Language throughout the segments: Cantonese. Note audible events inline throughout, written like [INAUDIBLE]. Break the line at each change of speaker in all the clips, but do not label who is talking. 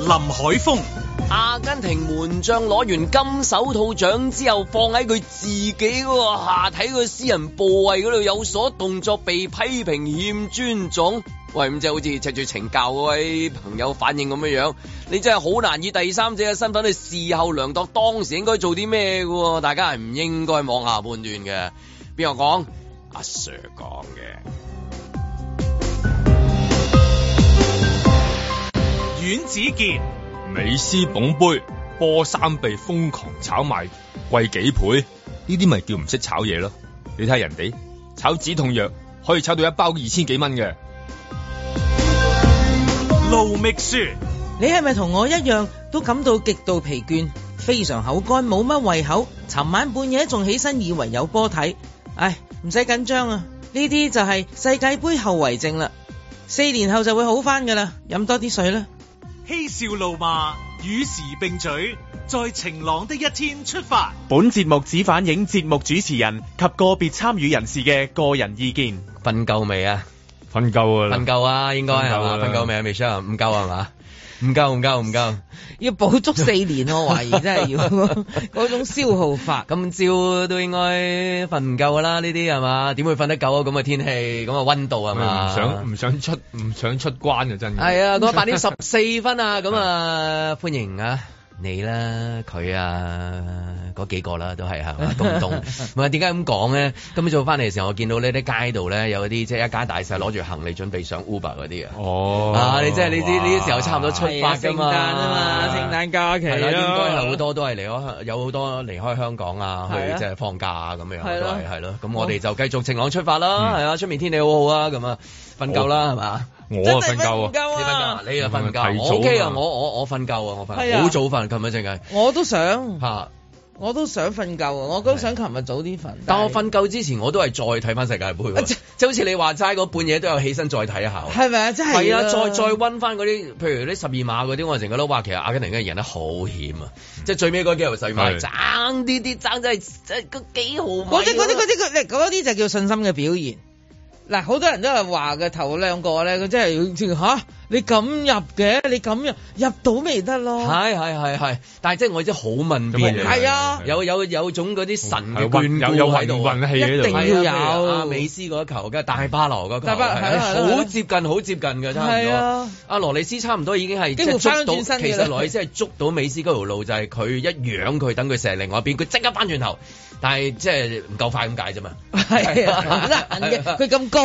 林海峰。
阿根廷門將攞完金手套獎之後，放喺佢自己嗰個下體個私人部位嗰度有所動作，被批評欠尊重。喂，咁即係好似赤住懲教嗰位朋友反應咁樣樣，你真係好難以第三者嘅身份去事後量度當時應該做啲咩嘅喎，大家係唔應該妄下判斷嘅。邊個講？阿 Sir 講嘅。
阮子健、
美斯捧杯，波衫被瘋狂炒賣，貴幾倍？呢啲咪叫唔識炒嘢咯？你睇下人哋炒止痛藥，可以炒到一包二千幾蚊嘅。
盧覓雪、
你係咪同我一樣都感到極度疲倦，非常口乾，冇乜胃口？尋晚半夜仲起身以為有波睇，唉，唔使緊張啊！呢啲就係世界盃後遺症啦，四年後就會好返㗎啦，飲多啲水啦。
嬉笑怒罵，與時並舉，在晴朗的一天出發。
本節目只反映節目主持人及個別參與人士嘅個人意見。
瞓夠未啊？
瞓夠啊
瞓！夠啊，應該係
瞓
嘛？
夠啦
瞓夠未啊，Michelle？唔夠係嘛？唔夠，唔夠，唔夠。
要補足四年，我懷疑真係
[LAUGHS]
要嗰種消耗法。
今朝都應該瞓唔夠㗎啦，呢啲係嘛？點會瞓得夠啊？咁嘅天氣，咁嘅温度係嘛？
唔嗯想唔想出唔想出關啊！真
係啊，嗰八
[LAUGHS]
點十四分啊，咁啊，歡迎啊！你啦，佢啊，嗰幾個啦，都
[LAUGHS]
係係嘛，東東。唔係點解咁講咧？今早翻嚟嘅時候，我見到呢啲街度咧有啲即係一家大細攞住行李準備上 Uber 嗰啲啊。
哦
啊！你真係呢啲呢啲時候差唔多出
係
發
啊
㗎
聖誕
嘛，
啊嘛，聖誕假期
係啦，
啊
應該係好多都係離開，有好多離開香港啊，
係
去
啊
即係放假啊咁樣，都
係咯嗯
係係咯。咁我哋就繼續晴朗出發啦，係啊，出面天氣好好啊，咁啊，瞓夠啦，係嘛？
我啊瞓夠啊！
你瞓夠啊，你又瞓
提
夠，
嗯
早
我 OK 啊，
啊
我我我瞓夠啊，我
係
瞓
啊
好早瞓，琴日淨係
我都想，
嚇。
我都想瞓覺啊！我都想琴日早啲瞓。
但我
係
瞓夠之前，我都係再睇翻世界盃喎，
啊
即
即
係好似你話齋嗰半夜都有起身再睇一下喎。
係咪啊？真係
係啊，
啦
再再温翻嗰啲，譬如啲十二碼嗰啲，我成日覺得哇，其實阿根廷嘅人得好險啊！即係最尾嗰幾球十二碼，
係
爭啲啲爭真係真係嗰幾毫米
嗰啲嗰啲嗰
啲
啲嗰嗰啲就叫信心嘅表現。嗱，好多人都係話嘅頭兩個咧，佢真係吓你咁入嘅，你咁入入到咪得咯？
係係係係，但係即係我真係好問
咁嘅
邊
嘢
啊，
係啊
有有有種嗰啲神嘅
哦係
眷
運有有
顧
運
喺度啊。
運氣喺度
一定
係
要
啊譬如
有
阿美斯嗰一球，跟住大巴羅嗰球，
大巴
係
係啊係啊
好
係啊
接近，好接近嘅差唔
係
多。
啊，
阿羅里斯差唔多已經係即
幾乎
係捉
翻
到，
轉身
其
嘅啦
實羅里斯係捉到美斯嗰條路，就係佢一養佢，等佢射另外一邊，佢即刻翻轉頭，但係即係唔夠快咁解啫嘛。
係啊，好難嘅，佢咁高。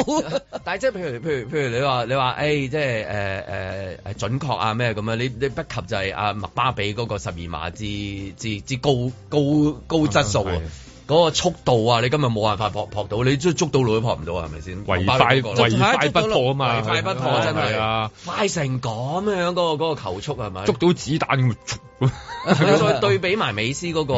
但係即係譬如譬如譬如你話你話誒、即係誒誒誒準確啊咩咁樣，你你不及就係阿麥巴比嗰個十二碼之之之高高高質素啊
嗯係！
嗰個速度啊，你今日冇辦法撲撲到，你捉捉到路都撲唔到啊，係咪先？
唯
麥巴
快
比嗰個
唯快不破啊嘛！
唯快不破真係
係啊！
快成咁樣嗰、個嗰個球速係咪？
捉到子彈咁咪
再對比埋美斯嗰個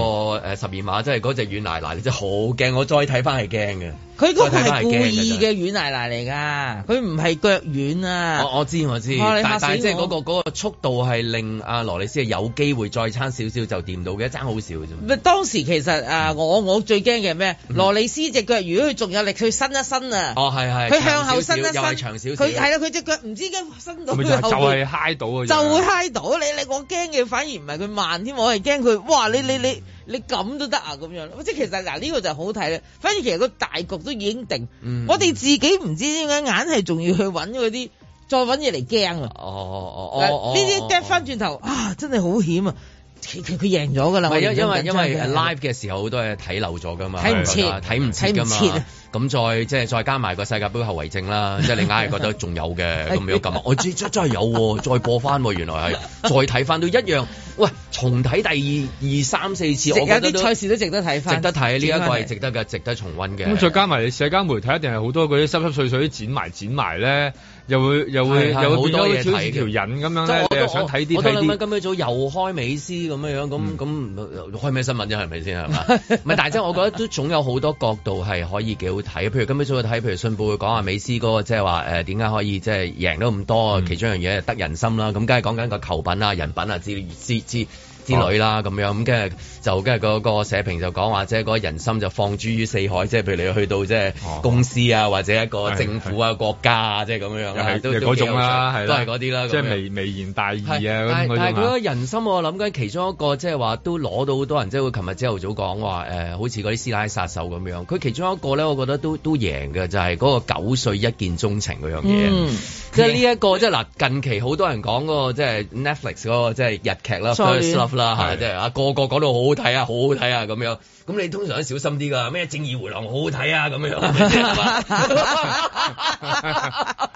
誒十二碼，真係嗰隻軟奶奶，真係好驚！我再睇翻係驚嘅。
佢嗰個係故意嘅軟奶奶嚟㗎，佢唔係腳軟啊！
我我知我知，
哇你
但
嚇死
但係即係嗰
我
個嗰個速度係令阿羅莉斯係有機會再差少少就掂到嘅，爭好少嘅啫嘛。
咪當時其實啊，我我最驚嘅係咩？羅莉斯隻腳，如果佢仲有力，佢伸一伸啊！
哦，係係，
佢向後
長
伸
少
一伸，
少又係長少少，
佢係啦，佢隻腳唔知點解伸到
就
佢
係就
後邊
係嗨到啊！
就會嗨到你。你我驚嘅反而唔係佢慢添，我係驚佢哇！你你你你咁都得啊咁樣，即係其實嗱呢個就好睇啦。反而其實個大局都已經定，
嗯
我哋自己唔知點解硬係仲要去揾嗰啲再揾嘢嚟驚啊！
哦哦哦
嗱
哦，
呢啲 d 翻
轉。
轉頭啊，真係好險啊！佢佢佢贏咗㗎啦，
唔
我
係
哋
因因為
唔
因
使緊
為呃
張
live 嘅時候好多嘢睇漏咗㗎嘛，啊
睇
唔切
睇唔切㗎
睇唔切
嘛
啊。
咁再即係再加埋個世界盃後遺症啦，即係你硬係覺得仲有
[LAUGHS]
嘅咁樣咁啊！我知真真係有喎，再播翻喎，原來係再睇翻都一樣。喂，重睇第二二三四次，我覺得
有
都
啲賽事都值得睇翻，
值得睇呢一個係值
得
得嘅，值得重温嘅。
咁再加埋你社交媒體一定係好多嗰啲濕濕碎碎啲剪埋剪埋咧，又會又會
係係
又
好
會變
多嘢
咗好
睇嘅
似條人咁樣
即係
咧
我，
你
都
又想睇啲
我我都
睇
諗緊
啲。
今朝早又開美斯咁樣樣，咁咁開咩新聞啫？係咪先係嘛？嗯 [LAUGHS] 唔係，但係即係我覺得都總有好多角度係可以幾好睇。譬如今朝早睇，譬如信報會講下美斯嗰個即係話誒點解可以即嗯係贏得咁多，其中一樣嘢係得人心啦。咁梗係講緊個球品啊、人品啊之之之之類啦咁樣，咁跟住就跟住嗰個社評就講話，即係嗰個人心就放諸於四海，即係譬如你去到即係
哦
公司啊，或者一個
係
政府啊、國家啊，即係咁樣
又
啦，
係
都
又係
都
嗰
幾有
種啦，
趣
係
都
啦，
係嗰啲啦，
即係
咁樣
微微言大義
係
啊
但
咁
係但係佢
嗰種
嗰個
啊。
人心，我諗緊其中一個，即係話都攞到好多人，即係佢琴日朝頭早講話誒，好似嗰啲師奶殺手咁樣。佢其中一個咧，我覺得
嗯
都都贏嘅，就係、嗰個九歲一見鍾情嗰樣嘢。
嗯
[LAUGHS] 即係呢一個，即係嗱，近期好多人講嗰個即係 Netflix 嗰個即係日劇啦
初戀
，First Love 啦，係
係
即係啊，個個講到好好睇啊，好好睇啊咁樣。咁你通常都小心啲㗎，咩正義回廊好好睇啊咁樣，
[LAUGHS]
係嘛 [LAUGHS]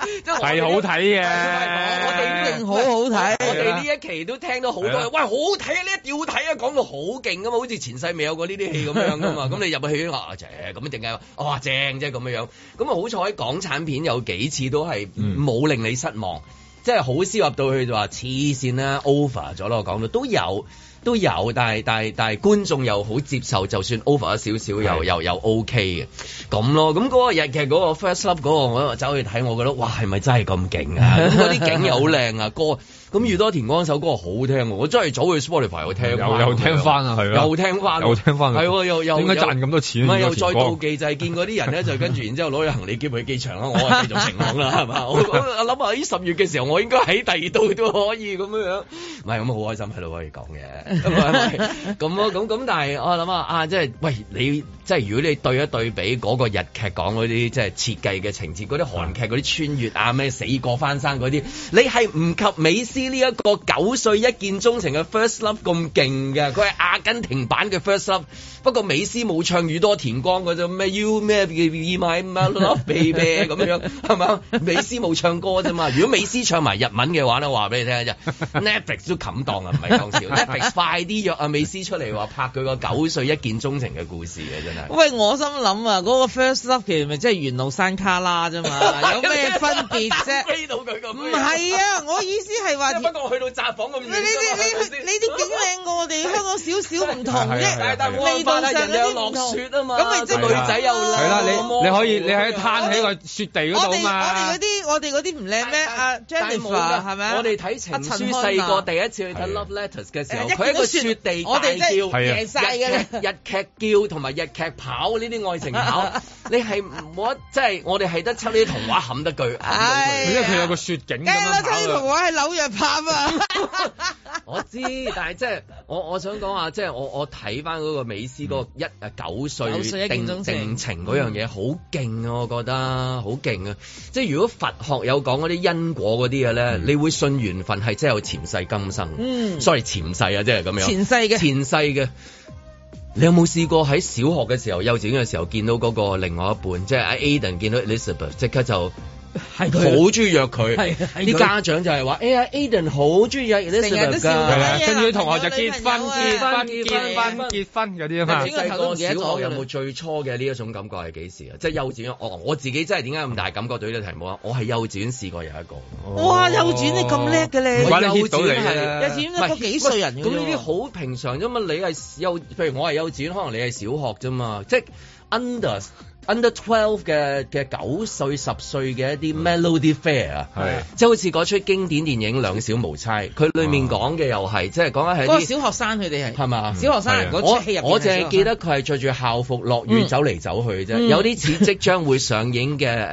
即係我
係好睇嘅
我哋
定好好睇。
我哋呢一期都聽到好多，
係啦
喂好好睇啊！呢一定要睇啊，講到好勁噶嘛，好似前世未有過呢啲戲咁樣噶嘛。咁你入去戲院啊，正咁定係哇正啫咁樣樣。咁啊好彩港產片有幾次都係
嗯
冇令你失望，即係好少入到去就話黐線啦，over 咗咯，講到都有。都有，但係但係但係觀眾又好接受，就算 over 咗少少又
係
又又 OK 嘅咁咯。咁嗰個日劇嗰個 First Love 嗰個，我走去睇，我覺得哇係咪真係咁勁 [LAUGHS] 啊？咁嗰啲景又好靚啊，歌咁宇多田光首歌好聽喎，我真係走去 Spotify 我聽返
又又聽翻啊，係啊，
又聽翻，
又聽翻，
係喎，又又
點解
又
賺咁多錢？
唔係又
有
再妒忌，就係見嗰啲人咧，就跟住然之後攞咗行李篋去機場啦，我係繼續晴朗啦，
[LAUGHS]
係嘛？我我我諗下，喺十月嘅時候，我應該喺第二度都可以咁樣樣，唔係咁好開心喺度可以講嘅，咁啊係咪咁咯咁咁，但係我諗下啊，即係喂你即係如果你對一對比嗰個日劇講嗰啲即係設計嘅情節，嗰啲韓劇嗰啲穿越啊咩死過翻生嗰啲，你係唔及美斯呢一個九歲一見鍾情嘅 First Love 咁勁嘅，佢係阿根廷版嘅 First Love。不過美斯冇唱宇多田光嗰種咩 You 咩 Be My Love Baby 咁樣，係嘛？美斯冇唱歌啫嘛。如果美斯唱埋日文嘅話咧，我話俾你聽啫，Netflix 都冚檔啊，唔係
[LAUGHS]
講笑。Netflix 快啲約阿美斯出嚟話拍佢個九歲一見鍾情嘅故事嘅真係。
喂，我心諗啊，嗰、個 first love 其實咪即係沿路山卡拉啫
[LAUGHS]
嘛，有咩分別啫？
飛到佢咁樣。
唔係啊，我意思係話，
即係
你
[LAUGHS] 不過去到宅房咁遠啫
你你
嘛係咪
你
先
你啲景靚過我哋香港少少唔同
係啊係啊係啊
啫，味道上
人
嗰
哋有
啲唔
落
同。
雪啊嘛，
咁咪即係
女仔
又
靚
係啦，
我
你你可以你喺攤
攤
喺個雪地
我
嗰
哋
度嘛
我哋嗰。啲我哋嗰啲唔靚咩？阿
但係冇
Jennifer 係咪啊
我哋睇情書細個第一次去睇 Love Letters 嘅時候，佢喺個雪地
我哋真係
大
啊係啊
贏晒㗎啦。
叫、日劇叫同埋日劇跑呢啲愛情
[LAUGHS]
跑，你係冇得即係我哋係得抽呢啲童話冚得句。
唉
因為佢有個雪景咁
啊梗係
樣跑
啊
啦，秋天童
㗎
話喺紐約
[LAUGHS]
拍啊！
我知，但係即係我我想講話，即係我我睇翻嗰個美斯嗰個一啊九
嗯九歲
歲
一見
定
鍾情嗯
定情嗰樣嘢，好勁啊！我覺得好勁啊！即係如果佛學有講嗰啲因果嗰啲嘢咧，你會信緣分係真係有前世今生。
嗯
sorry 前世啊，即係咁樣。
前世
[LAUGHS]
嘅
前世嘅。你有冇試過喺小學嘅時候、幼稚園嘅時候見到嗰個另外一半，即係阿 Aden 見到 Elizabeth，即刻就
係
好
佢
中意約佢。
係係
啲
佢
家長就係話：哎呀，Aden 好中意約
成日
Elizabeth
都笑
係
佢
㗎。
啊，跟住啲同學就結婚、結
啊
婚、結婚、結婚
[LAUGHS]
嗰啲啊嘛
你
邊。個
細
頭都
個
唔記得咗
小學有
㗎
冇
啦
最初嘅呢一種感覺係幾時啊？即係幼稚園，我我自己真係點解咁大感覺對呢個題目啊？我係幼稚園試過有一個。
哇幼稚園你咁叻嘅咧
唔怪你 hit 到你
幼
幼稚園
啦。
都嗰幾歲人㗎
咁呢
啫
啲
喎
好平常啫嘛，你係幼，譬如我係幼稚園，可能你係小學啫嘛，即係 under under twelve 嘅嘅九歲十歲嘅一
嗯
啲 melody fair 啊，
係
即係好似嗰出經典電影《兩小無猜》，佢裡面講嘅又係即係講緊係
啊嗰個
啲
小學生佢哋係
係嘛。
小學嗯生
係啊
嚟
我
嗰出戲入邊
我淨係記
小學
得佢係着住校服落雨
嗯
走嚟走去啫，
嗯
有啲似即將會上映嘅誒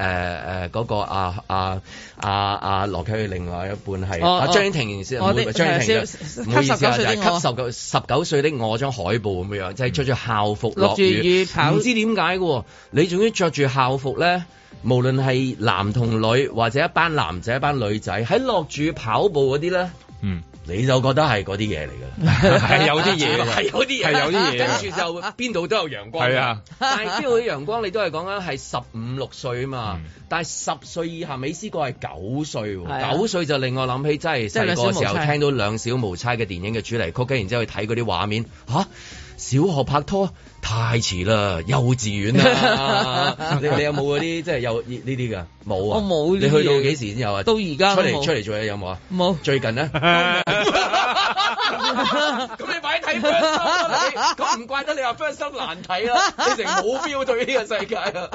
誒嗰個啊啊啊啊羅啟嘅另外一半係
哦
啊
哦
張婷然先，唔好
我哋
張婷
誒少
唔好意思啊，
給
就係
十九歲的
給
我
十九十九歲的我張海報咁樣，就係着住校服
落
落
住雨跑
唔知啊點解嘅喎，你仲要着住校服咧？無論係男同女，或者一班男仔一班女仔，喺落住跑步嗰啲咧，
嗯，
你就覺得係嗰啲嘢嚟㗎啦。 [LAUGHS]
係有啲嘢
[LAUGHS]
係
㗎。
有啲嘢，
係有啲嘢
跟住就邊度都有陽光。
係啊，
但係邊度啲陽光你都係講緊係十五六歲啊嘛
嗯。
但係十歲以下美斯過係九歲
係
喎，
啊
九歲就令我諗起真係
即係
細
兩
個
小無
嘅時候
猜
聽到兩小無猜嘅電影嘅主題曲，跟然之後去睇嗰啲畫面嚇。小學拍拖太遲啦，幼稚園
[LAUGHS]
啦。你你有冇嗰啲即係有呢呢啲㗎？冇啊，
我冇呢
你
啲嘢
去到幾時先有啊？
到而家
出
都
嚟
冇
出嚟做嘢有冇啊？
冇
最
[LAUGHS]
近咧？咁你快睇 First Love 啦你咁唔怪得你話 First Love 難睇啦，你成冇標對 [LAUGHS] 呢個世界啊！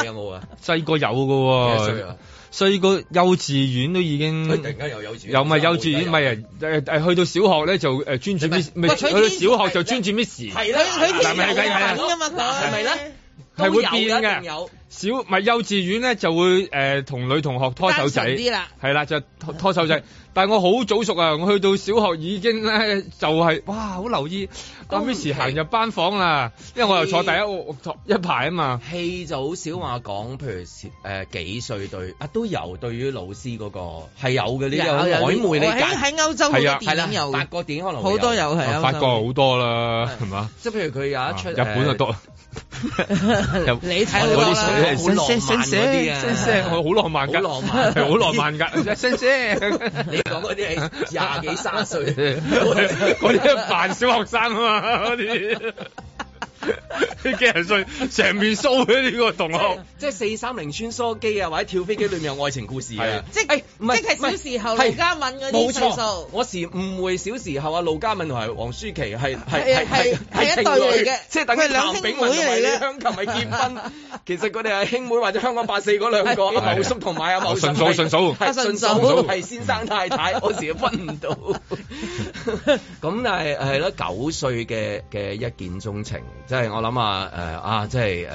你有冇啊？
細個有㗎
幾多
喎
歲啊。
衰過幼稚園都已經
佢突然間又幼稚園
又唔係幼稚園，唔係啊誒誒去到小學咧就誒專注
你咪
Miss，咪
喂
去
佢
到
天
小學
係
就專注 Miss，
係
佢
啦，
佢
嗱
天
咪係係
生
係
有品噶嘛，佢
係咪咧？
係會
都有
變
一定
嘅。
有
小咪幼稚園咧就會誒同女同學拖手仔，
單純啲啦
係啦就拖拖手仔。但係我好早熟啊，我去到小學已經咧就係、哇好留意阿
都唔
Miss
奇
行入班房啦，因為我又坐第一我坐一排啊嘛。
戲就好少話講，譬如誒、呃、幾歲對啊都有對於老師嗰、個係有嘅，呢
有
有
有
曖昧你
我喺
揀
喺歐洲好多
係啊
係
電
啦，
影有
法國電哦影可能會
好多有係
啊
歐
法
洲
國好多啦，係嘛？啊
即係譬如佢有一出
日本就 [LAUGHS] 多，
[LAUGHS]
你睇好
我嗰
多啦
啲水
好
好浪漫
浪漫
嗰啲啊
先生好浪漫㗎，
好浪漫
係好浪漫㗎，先生。
[LAUGHS] 你講嗰啲係廿幾卅歲，
[LAUGHS] 嗰啲扮小學生啊嘛，嗰啲啲幾人歲上面鬚嘅呢個同學，
即係四三零穿梭機啊，或者跳飛機裏面有愛情故事
係
啊
啊。
即
係唔係
即係小時候盧嘉敏嗰
冇
啲歲
錯 [LAUGHS]
數，。
我時誤會小時候啊，盧嘉敏同埋黃舒淇係係
係係係一對嚟嘅
即係等
佢
於
係兩
譚
兄
炳
妹
文同埋
嚟
李
嘅
香琴係結
[LAUGHS]
婚，其實佢哋係兄妹或者香港八四嗰兩個
係
阿茂叔同埋阿茂
順嫂順嫂
係
順
順
嫂
嫂係先生太
[LAUGHS]
太，我時分唔到。咁但係係咯，九歲嘅嘅一見鍾情，即係我諗啊誒啊，即係誒。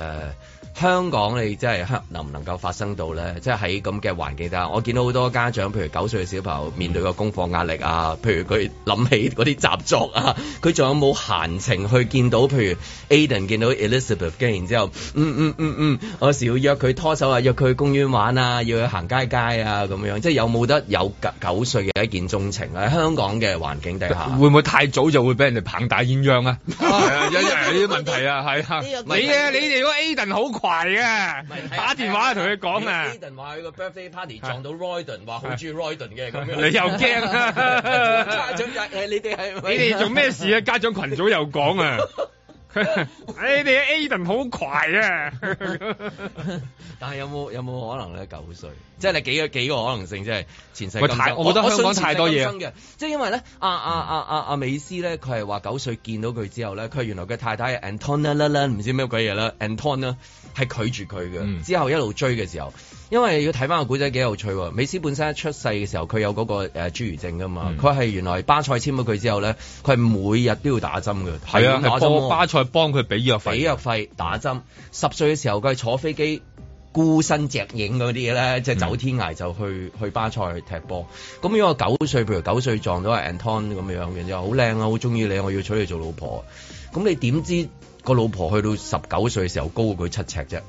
香港你真係香能唔能夠發生到咧？即係喺咁嘅環境底下，我見到好多家長，譬如九歲嘅小朋友面對個功課壓力啊，譬如佢諗起嗰啲習作啊，佢仲有冇閒情去見到譬如 Aden 見到 Elizabeth 嘅，然之後嗯嗯嗯嗯，我有時要約佢拖手啊，約佢去公園玩啊，要去行街街啊咁樣，即係有冇得有九九歲嘅一見鍾情啊喺香港嘅環境底下？
會唔會太早就會俾人哋棒打鴛鴦啊？係啊，有有有啲問題啊，係啊，
呢個
你啊，你哋嗰個 Aden 好攰啊，打電話同佢講啊。
Aden 話佢個 birthday party 撞到 Royden，話好中意 Royden 嘅咁
[LAUGHS]
樣。
你又驚 [LAUGHS]
[LAUGHS]
啊
家長就誒你哋係咪
你哋做咩事啊？家長群組又講 [LAUGHS] 啊，你哋 Aden 好攰啊！
[LAUGHS] 但係有冇有冇可能咧？九歲，即係你幾個幾個可能性，即係前世
喂
今生
太我覺得香港
信
太多嘢
前世今生嘅，即係因為咧，阿阿阿阿阿美斯咧，佢係話九歲見到佢之後咧，佢原來佢太太係 Anton 啦啦，唔知咩鬼嘢啦，Anton 啦係拒絕佢嘅，
嗯
之後一路追嘅時候。因為要睇翻個古仔幾有趣喎，美斯本身一出世嘅時候，佢有嗰、個誒侏儒症噶嘛
嗯，
佢係、原來巴塞簽咗佢之後咧，佢係每日都要打針嘅，
係啊，
咁
係
打針喎
幫巴塞幫佢俾藥
俾
費。
藥費打針，十歲嘅時候佢係坐飛機孤身隻影嗰啲嘢咧，即係走天涯就去去巴塞踢波。咁如果九歲，譬如九歲撞到阿 Anton 咁樣，然之後好靚啊，好中意你，我要娶你做老婆。咁你點知個老婆去到十九歲嘅時候高過佢七尺啫？ [LAUGHS]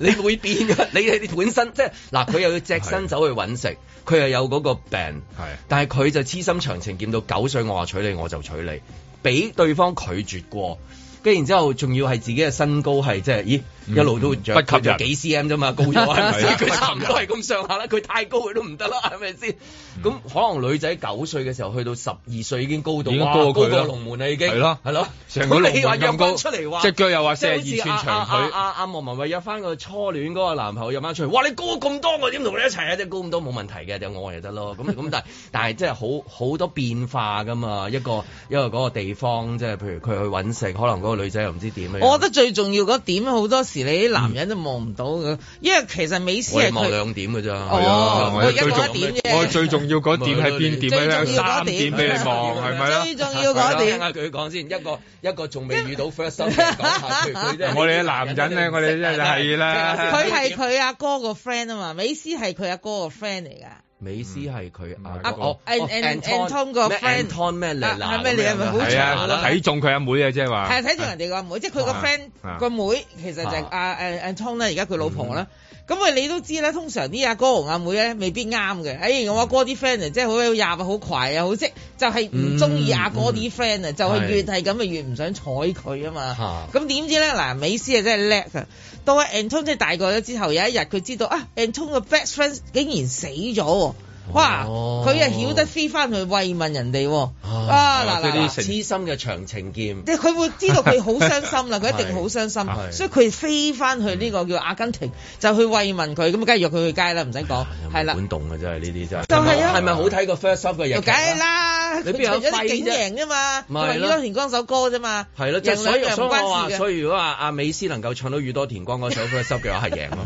你會變㗎，你你本身即係嗱，佢又要隻身走去揾食，佢又有嗰個病，
係
但係佢就痴心長情，見到九歲我話娶你我就娶你，俾對方拒絕過。跟住然之後，仲要係自己嘅身高係即係，咦
嗯
一路都着
不及人
佢就幾 cm 啫嘛，高
[LAUGHS]
咗係咪
係
先？
啊
佢差唔多係咁上下啦，佢太高佢都唔得啦，係咪先？
嗯
咁可能女仔九歲嘅時候去到十二歲已經高到
已經
哇
高
高
過佢啦
過龍門啦，已經
係咯
係咯，
成個龍
[LAUGHS] 咁你話
門
約
咁高，
翻出嚟話
隻腳又話四
即
十
係
二
好似啊
寸
阿
長
阿阿
腿，
阿阿莫文蔚約翻個初戀嗰個男朋友約翻出嚟，哇！你高咁多，我點同你一齊啊？即係高咁多冇問題嘅，就愛就得咯。
[LAUGHS]
咁咁但係但係即係好好多變化噶嘛，一個一個嗰個地方，即係譬如佢去揾食，可能嗰個女仔又唔知點樣。
我覺得最重要嗰點好多時你啲男人都望唔到嘅，因為其實美斯
我
係
哋望
佢
兩點嘅咋。
哦
啊我哋
佢
最
一個
重
一點
我
啫。
最重要嗰點係邊點啊咧？有
最重要
三
嗰點
點俾你望，係咪
啊
啊啦？
最重要嗰
聽
點，
下啊佢講先，一個一個仲未遇到 first love 嘅講
[LAUGHS]
下佢佢真係啊
我哋啲男人咧，我哋
[LAUGHS]
真係係啦。
佢係佢阿哥個 friend 啊嘛，美斯係佢阿哥個 friend 嚟㗎。
美斯係佢阿
嗯
哦哦
啊 and- and-
Anton-
Anton 個
咩
friend
Anton 咩嚟
啊係咩你係咪好
係啊
長，啦
睇中佢阿妹啊，即係話。
係睇住人哋個妹，即係佢個
啊啊
friend 個妹，其實就係阿誒 Anton 啦，而家佢老婆啦。咁喂，你都知啦，通常啲阿哥同阿妹咧未必啱嘅。哎，我阿哥啲 friend 啊，即係好有廿啊，好快啊，好即就係唔中意阿哥啲 friend 啊，就係越係咁啊越唔想睬佢啊嘛。
嚇
咁點知咧嗱，美斯啊真係叻啊！到阿 Anton 即係大個咗之後，有一日佢知道啊，Anton 個 best friend 竟然死咗喎！哇！
哦
佢啊曉得飛翻去慰問人哋喎！
啊
啊嗱
即係
嗱
啲
嗱！
成
痴心嘅長情劍。
即係佢會知道佢好傷
[LAUGHS]
心啦，佢一定好傷
係嗯
心，所以佢飛翻去呢個叫阿根廷，就去慰問佢，咁梗係約佢去街啦，唔使講，係啦，
管動嘅真係呢啲真係。
就係啊
係咪好睇過 First Love 嘅日
又
劇
梗係
啊？
啦，
你
佢
邊有
除咗
廢
啲景
啫
贏啫嘛，同
咪係
埋宇
咯
多田光首歌啫嘛，
係咯，即係
贏
所
兩
以
樣
所
唔
以我話，
關事嘅。
所以如果阿阿美斯能夠唱到宇多田光嗰首 First Love [LAUGHS] 嘅話，係贏咯。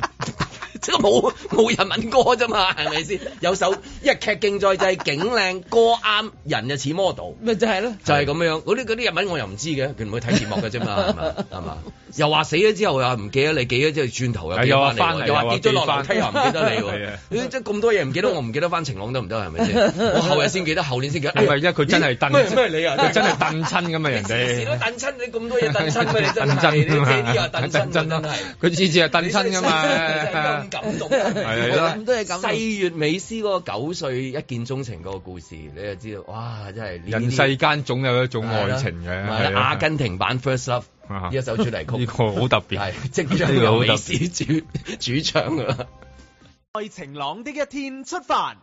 即係冇冇日文歌啫嘛，係咪先？有首一劇競賽就係景靚歌啱，人就似 model。
咪就係咯。
就係咁樣，嗰啲嗰啲日文我又唔知嘅，佢唔會睇節目嘅啫嘛，
[LAUGHS]
係嘛係嘛？又話死咗之後又唔記得你，記咗之後轉頭又記
又話
翻
返嚟
又
又
話
話
跌
記
咗落樓
返
梯又唔記得你
[LAUGHS] 係啊
喎，即係咁多嘢唔記得，我唔記得翻晴朗得唔得係
[LAUGHS]
咪先？我後日先記得，後年先記得。
係咪因為佢真係蹬
咩咩你啊？
佢真係蹬親㗎嘛人哋
哎
[LAUGHS]
你時時都蹬親，你咁多嘢蹬親咩？你真
蹬
係
親
你
㗎嘛 [LAUGHS]
呢啲又蹬親啊真
咯
係。啊
佢次次係蹬親㗎嘛，
真係咁感動，
啊係
[LAUGHS]
啊咯
咁多嘢感動
細月美斯嗰個九歲一見鐘情嗰個故事，你就知道，哇！真係呢啲
人世間總有一種愛情嘅，
係啦
係啊
阿根廷版 First Love 呢一首主題曲，
啊呢個好特別
係，即係
呢個
由
好特
美
別
斯主主唱啊！
在晴朗的一天出發。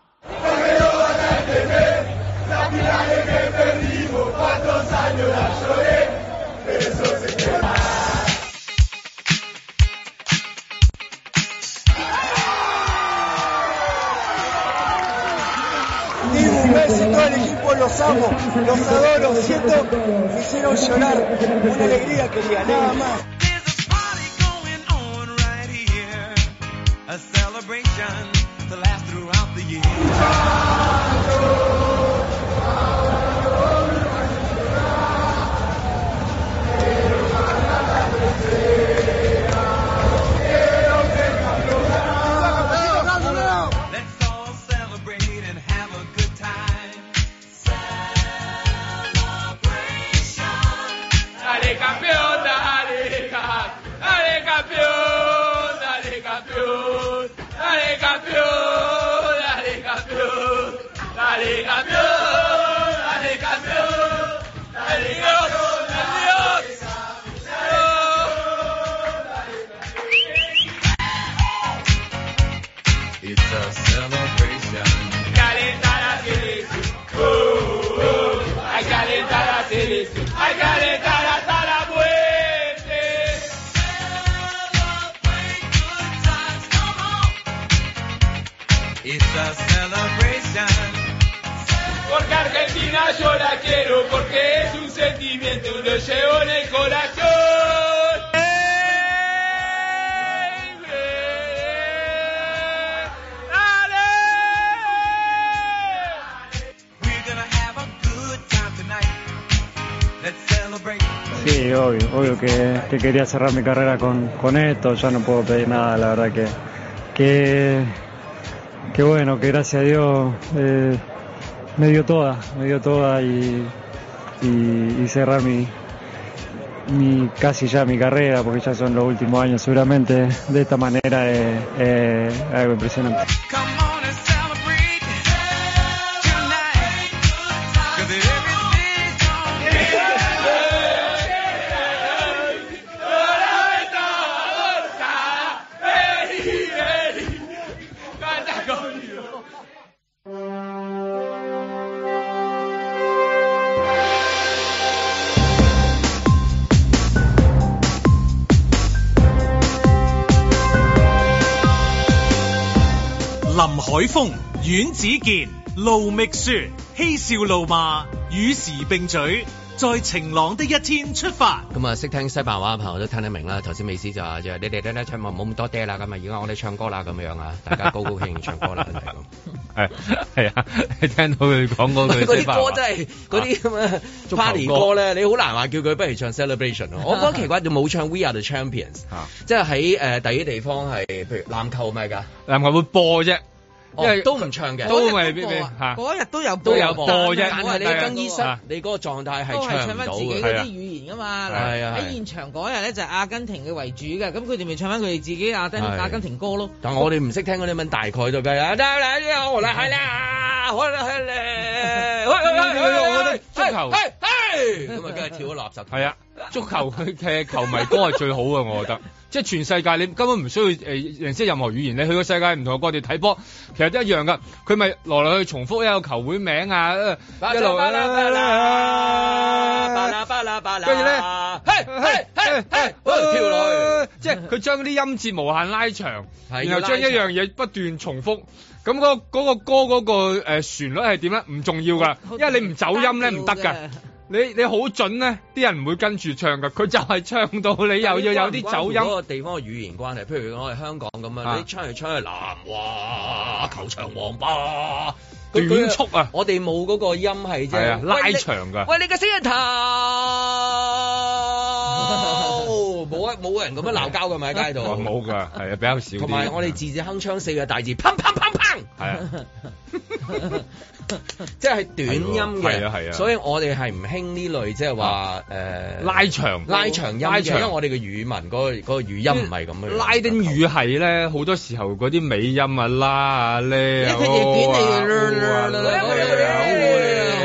Digo, un beso, todo el equipo los amo, los adoro, siento, me hicieron llorar, una alegría quería, nada más.
Sí, obvio, obvio que, que quería cerrar mi carrera con, con esto, ya no puedo pedir nada, la verdad que, que, que bueno, que gracias a Dios eh, me dio toda, me dio toda y, y- y cerrar mi, mi, casi ya mi carrera, porque ya son los últimos años seguramente, de esta manera es es algo impresionante.
林海峰、阮子健、盧覓雪，嬉笑怒罵，與時並舉，在晴朗的一天出發。
咁啊，識聽西班牙話嘅朋友都聽得明啦。頭先美斯就話：，就係你哋咧咧唱唔好咁多爹啦，咁啊，而家我哋唱歌啦，咁樣啊，大家高高興興唱
[LAUGHS]
歌啦，真係咁。
係係 [LAUGHS] 啊！你聽到佢講嗰句
[LAUGHS] 嗰
西班牙
啲歌
話
真係嗰啲咁嘅
啊足球歌
party 歌咧，你好難話叫佢不如唱 celebration 咯。我覺得奇怪，就冇唱 We Are the Champions，
啊
即係喺誒第啲地方係，譬如籃球咪㗎，
但係會播啫，因
哦
為
都唔唱嘅。
都
嗰日
未
播
必
啊
嚇
嗰日都有
都有
播
播
但
啫
但
係
係你
但係
更衣室
啊，
你嗰個狀態
都
係
係
唱
唱
唔
翻
到
自己
係
嘅。
嗰
啊
啲語言㗎嘛。嗱
係啊係啊
喺現場嗰日咧就係阿根廷嘅為主嘅，咁佢哋咪唱翻佢哋自己阿根
係
阿根廷歌咯。
但我哋唔識聽嗰啲文，大概就梗係啦，得啦，呢個我嚟係啦，我嚟係咧，我咁啊，梗係跳咗垃圾。
係啊！足球佢 [LAUGHS] 嘅球迷歌係最好嘅，我覺
[LAUGHS]
得。即係全世界你根本唔需要誒呃認識任何語言，你去個世界唔同嘅國地睇波，其實都一樣㗎。佢咪來來去重複一個球會名啊，呃一路
巴啦巴啦巴啦巴啦巴啦，
跟住咧
係係係係，我跳落去。
呃去，即係佢將嗰啲音節無限拉長，
係啊
然後將一樣嘢不斷重複。咁呃嗰嗰個歌嗰個誒旋律係點咧？唔重要㗎，因為你唔走音咧唔得㗎。你你好準咧，啲人唔會跟住唱噶，佢就係唱到你又要有啲走音。
嗰個地方嘅語言關係，譬如我哋香港咁啊，
啊
你唱嚟唱去南華球場黃霸。
短
佢
促啊
我哋冇嗰個音係啫
係啊，，拉
喂你
長㗎。
喂，你嘅
[LAUGHS]
死人頭，冇啊冇人咁樣鬧交㗎嘛喺街度，
哦 [LAUGHS]
[LAUGHS]
冇㗎，係啊，比較少啲。
同埋我哋字字鏗鏘四個大字，砰砰砰砰，
係啊，
[LAUGHS] 即係短音嘅，
係啊係啊
所以我哋係唔興呢類即係話誒
拉長
拉長音
拉
嘅，因
長
為我哋嘅語文嗰個嗰個語音唔係咁樣。
嗯拉丁語係咧，好多時候嗰啲尾音啊，啦啊咧，
一個嘢片嚟嘅
哦啊
啦
啦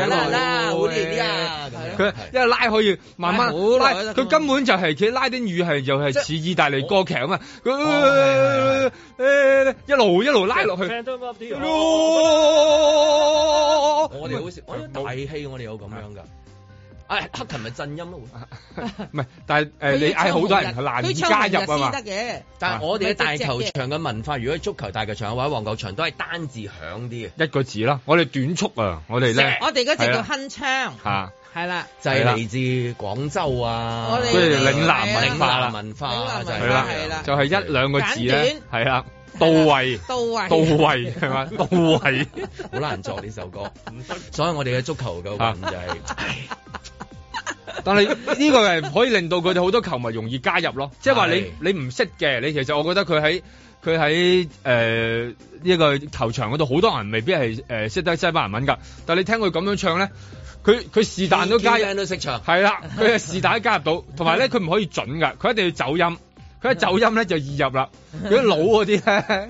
啦
哎
啦啦，好啲啊！
佢因為拉可以慢慢拉，
好耐啦啊
佢根本就係其實拉丁語係就係似意大利歌劇啊嘛，佢
哦
誒一路一路拉落去。哦
我哋好少，啊我啲大戲我哋有咁樣㗎。哎，黑琴咪震音咯，
唔係，但係誒哎你嗌好多人難以加入啊嘛，
得嘅，啊
但係我哋嘅大球場嘅文化，如果係足球大球場或者黃球場，都係單字響啲嘅，
一個字啦，我哋短促啊，我哋咧
我哋嗰只
係
叫
啦
鏗槍，
嚇，
係啦，
就係嚟自廣州啊，
我哋
跟住嶺南
嶺
文化
南
啦，
文化就
係
係
啦
啦
係啦，
就係一兩個字咧
簡，
係啦，到位。
到位，
[LAUGHS] 到位係 [LAUGHS] 嘛？到位
好難作呢首歌，所以我哋嘅足球嘅運就係， [LAUGHS] 唉
但係呢個係可以令到佢哋好多球迷容易加入咯，即係話
係
你你唔識嘅，你其實我覺得佢喺佢喺誒呢個球場嗰度，好多人未必係誒識得西班牙文㗎，但係你聽佢咁樣唱咧，佢佢是但都加入
邊。人都識唱，
係啦，佢係是但加入到，同埋咧佢唔可以準㗎，佢一定要走音。佢一走音咧就易入啦，如果老嗰啲咧，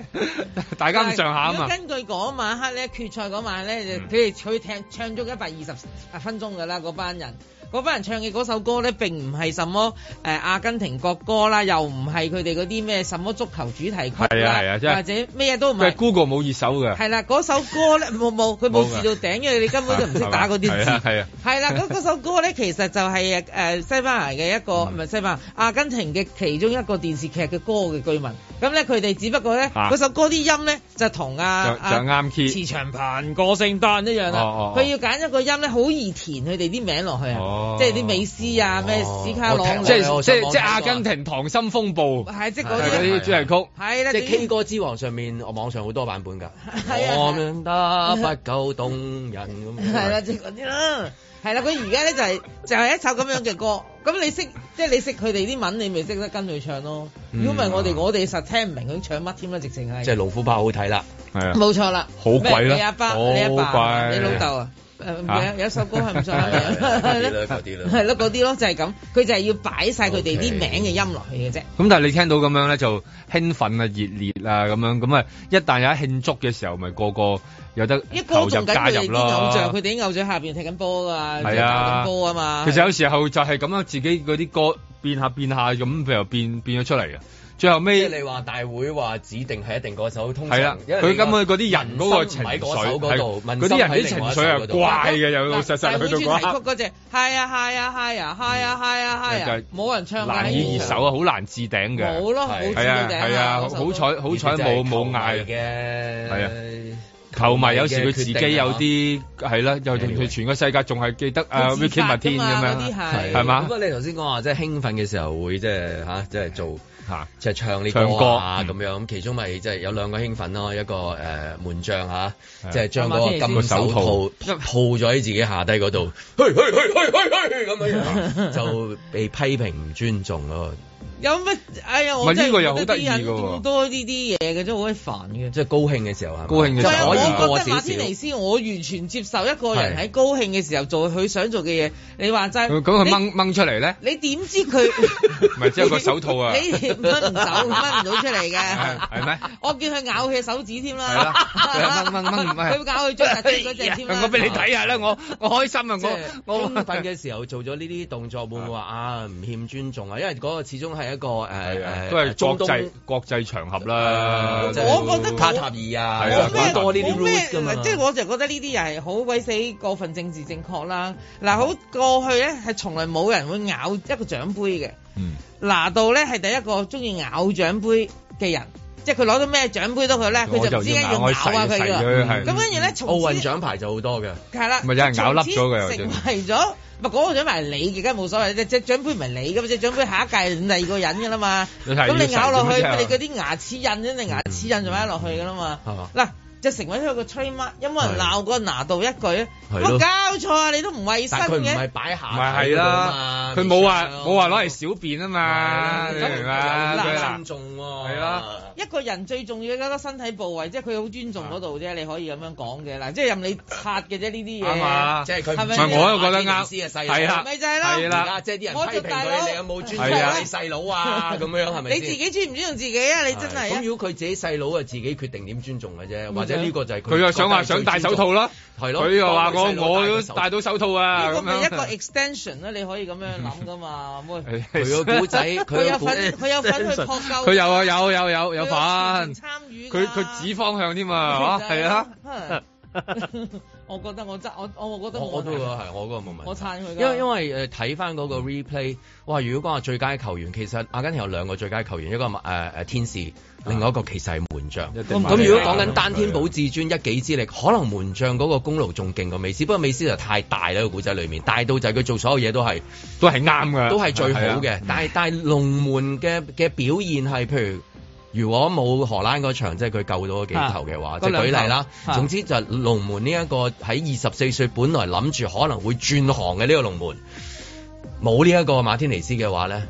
[LAUGHS] 大家咁上下啊
如果
嘛，嗯
根據嗰晚黑咧，決賽嗰晚咧，就佢哋佢聽唱咗一百二十分鐘㗎啦，嗰班人。嗰班人唱嘅嗰首歌咧，並唔係什麼誒、呃阿根廷國歌啦，又唔係佢哋嗰啲咩什麼足球主題曲
係
啦，
啊係啊真係
或者咩都唔
佢
係。
Google 冇熱搜嘅，
係啊啦，嗰首歌咧冇冇，佢冇
冇㗎
字到頂，因為你根本就唔識打嗰啲
係啊
字。
係啊，
係啦，嗰嗰首歌咧，其實就係誒西班牙嘅一個唔係西班牙阿根廷嘅其中一個電視劇嘅歌嘅據聞。咁咧佢哋只不過咧
啊
嗰首歌啲音咧就同
就
啊
就
啊
啱 key。
慈祥鵬過聖誕一樣
哦哦
啦。
哦
佢要揀一個音咧，好易填佢哋啲名落去
哦
啊，即係啲美斯啊、咩史卡
我聽
朗，
即係
我有
即
上
係
網
即係
睇過
阿根廷溏心風暴
係啊即係
就
嗰
係嗰
啲
啲主題曲，
係
即係
啦，總之
K 歌之王上面網上好多版本㗎，
[LAUGHS] 係啊
我們得不夠動人咁，
[LAUGHS] 係啦，，即係嗰啲啦。係啦，佢而家咧就係、就係、一首咁樣嘅歌，咁你識即係你識佢哋啲文，你咪識得跟佢唱咯。
嗯
如果唔係我哋我哋實聽唔明佢唱乜添啦，直情係。
即係老虎豹好睇啦，
係啊，
冇錯啦，
好貴啦
咩你阿爸、你阿
好
爸、
貴
你老豆啊，
嚇
誒有有首歌係唔錯
係
嘅，係
係嗰
咯
啲啦嗰啲啦
[LAUGHS] 係咯嗰啲咯，就係咁，佢就係要擺晒佢哋啲
OK
名嘅音落去嘅啫。
咁但係你聽到咁樣咧就興奮啊、熱烈啊咁樣，咁啊一旦有得慶祝嘅時候，咪個個有得
一歌
投
仲
入
緊
加
佢哋
入
啲偶像，佢
咯。
哋啲偶像下邊踢緊波㗎，
係
就打
啊
緊波啊嘛。
其實有時候就係咁樣，自己嗰啲歌變下變下咁，譬如變變咗出嚟嘅。最後
即
尾
係你話大會話指定係一啊定嗰首，通常
係啦，
因為你
佢根本嗰啲人嗰個
民心
情
唔喺
緒
嗰首嗰度，
係
民
嗰
心
啲人
喺
啲情
另外一
緒
首嗰
係
度
怪嘅，又老
嗱
實實去到
大會
嗰刻
主題曲嗰只，係啊係啊係啊係啊係啊係啊，冇人唱㗎
難以熱手啊，好難置頂嘅。
冇咯，
係
冇知
係啊
到頂
係啊，
嗰首
好
歌
彩好彩冇冇嗌
嘅，係啊。
球迷有時佢自
啊
己有啲係啦，又佢全個世界仲係記得啊
佢自
Ricky
發
Martin 咁
㗎嘛
樣
嗰啲係啊
係嘛
不過啊你頭先講話即係興奮嘅時候會即係嚇，即係做
嚇，
即係唱呢
唱
歌
歌
啊
嗯
咁樣。咁其中咪即係有兩個興奮咯，一個誒門將嚇，
係
即係將嗰個
個
金手
手套
套套咗喺自己下低嗰
[LAUGHS]
度，去去去去去去咁樣，就被批評唔尊重咯。
有乜？哎呀，
唔
我
係呢
真
個
係
又
覺
好
得
得意
啲
㗎喎
人咁多呢啲嘢嘅，真係好鬼煩嘅。
即係高興嘅時候係咪
高興嘅
即
時
喂，
候
係
我
可以過
覺
少
得馬天尼
少。
斯，我完全接受一個人喺高興嘅時候做佢想做嘅嘢。你話齋，
咁佢掹掹出嚟咧，
你，你點知
[LAUGHS]
佢？
咪即係個手套啊，
[LAUGHS] 你啊掹唔走，掹唔到出嚟嘅
係。 [LAUGHS] 係咩？
我叫佢咬佢手指添啦。
係啦
[LAUGHS]
掹掹掹唔係
佢咬佢最突出嗰只添啦。
[LAUGHS] 我俾你睇下啦，我我開心
即係
啊，我
我興
我
奮嘅時候做咗呢啲動作，會唔會話啊唔欠尊重啊？因為嗰個始終係一個誒
係啊
誒，
都係
中
國
東啊
際國際場合啦。
即係我覺得
卡塔爾啊，
係啊
冇咩
好多呢啲
冇咩
rules 噶嘛，
即係我就覺得呢啲又係好鬼死過分政治正確啦。嗱，好過去咧係從來冇人會咬一個獎杯嘅，
嗯
拿度咧係第一個中意咬獎杯嘅人，即係佢攞到咩獎杯都好
嗯
咧，佢就唔知點解要咬下佢㗎。
佢
咁跟住咧，從
奧運
此
獎牌就好多嘅，
係啦，
咪有人咬
從此
笠咗佢又
成為咗唔係嗰個獎牌係你嘅，梗係冇所謂。隻隻獎杯唔係你㗎嘛，隻獎杯下一屆係第二個人㗎啦嘛。
你係要
咁你咬落去，
神咁啫
你嗰啲牙齒印，你牙齒印就擺落去㗎啦嘛。
係嘛
嗱，就成為咗個 t r a d e mark，有冇人
係
鬧過拿度一句啊？
係
我
咯
搞錯啊！你都唔衞生
但佢唔係
嘅。
擺下
唔係係啦，佢冇話冇話攞嚟小便啊嘛，
啊，
你
你
明唔明啊？
有
佢
啲
尊
嗱
重喎，
係啦
一個人最重要嘅嗰個身體部位，即係佢好尊重嗰度啫，你可以咁樣講嘅嗱，即係任你擦嘅啫呢啲嘢。
啱啊，
即係佢
係咪
唔係我又覺得
馬天尼斯嘅細
啱，
佬
係啦，
咪就係啦
係
而
啦
家，即係啲
我
人批
做
評
大佬
佢，你有冇尊重
係啊
你細佬
[LAUGHS]
啊？咁樣係咪
你
先？
自己尊唔尊重自己啊？你真係啊嗯
咁如果佢自己細佬啊，自己決定點尊重嘅啫，或者呢個就係
佢又想話想戴手套，啦，
係咯，
佢又話
幫
我
佢細佬
我
個
都
手
戴到手套啊，
呢個
咁
咪一個
樣。
extension 啊啦，你可以咁樣諗噶 [LAUGHS] 嘛，喂。
[LAUGHS]
佢個古仔，
佢
佢
有
個古
份，佢有份去撲救。
佢有啊，有有有有份，
佢有全程參與㗎
佢佢指方向添啊，嚇係啊，。
我覺得我真我我我覺得
我我都覺得係，我嗰個冇問題。
我撐佢㗎
因為因為誒睇翻嗰個 replay，哇！如果講話最佳球員，其實阿根廷有兩個最佳球員，一個誒誒天使，另外一個其實係門將。
啊
咁如果講緊單天保至尊一己之力，可能門將嗰個功勞仲勁過美斯，不過美斯就太大啦個古仔裏面，大到就係佢做所有嘢都係
都係啱㗎，
都係最好
係啊。
嘅。但係但係龍門嘅嘅表現係譬如。如果冇荷蘭嗰場，即係佢救到嗰幾球嘅話，
啊
即係舉例啦。
嗰兩球
總之就係龍門呢一個喺二十四歲，本來諗住可能會轉行嘅呢個龍門，冇呢一個馬天尼斯嘅話咧，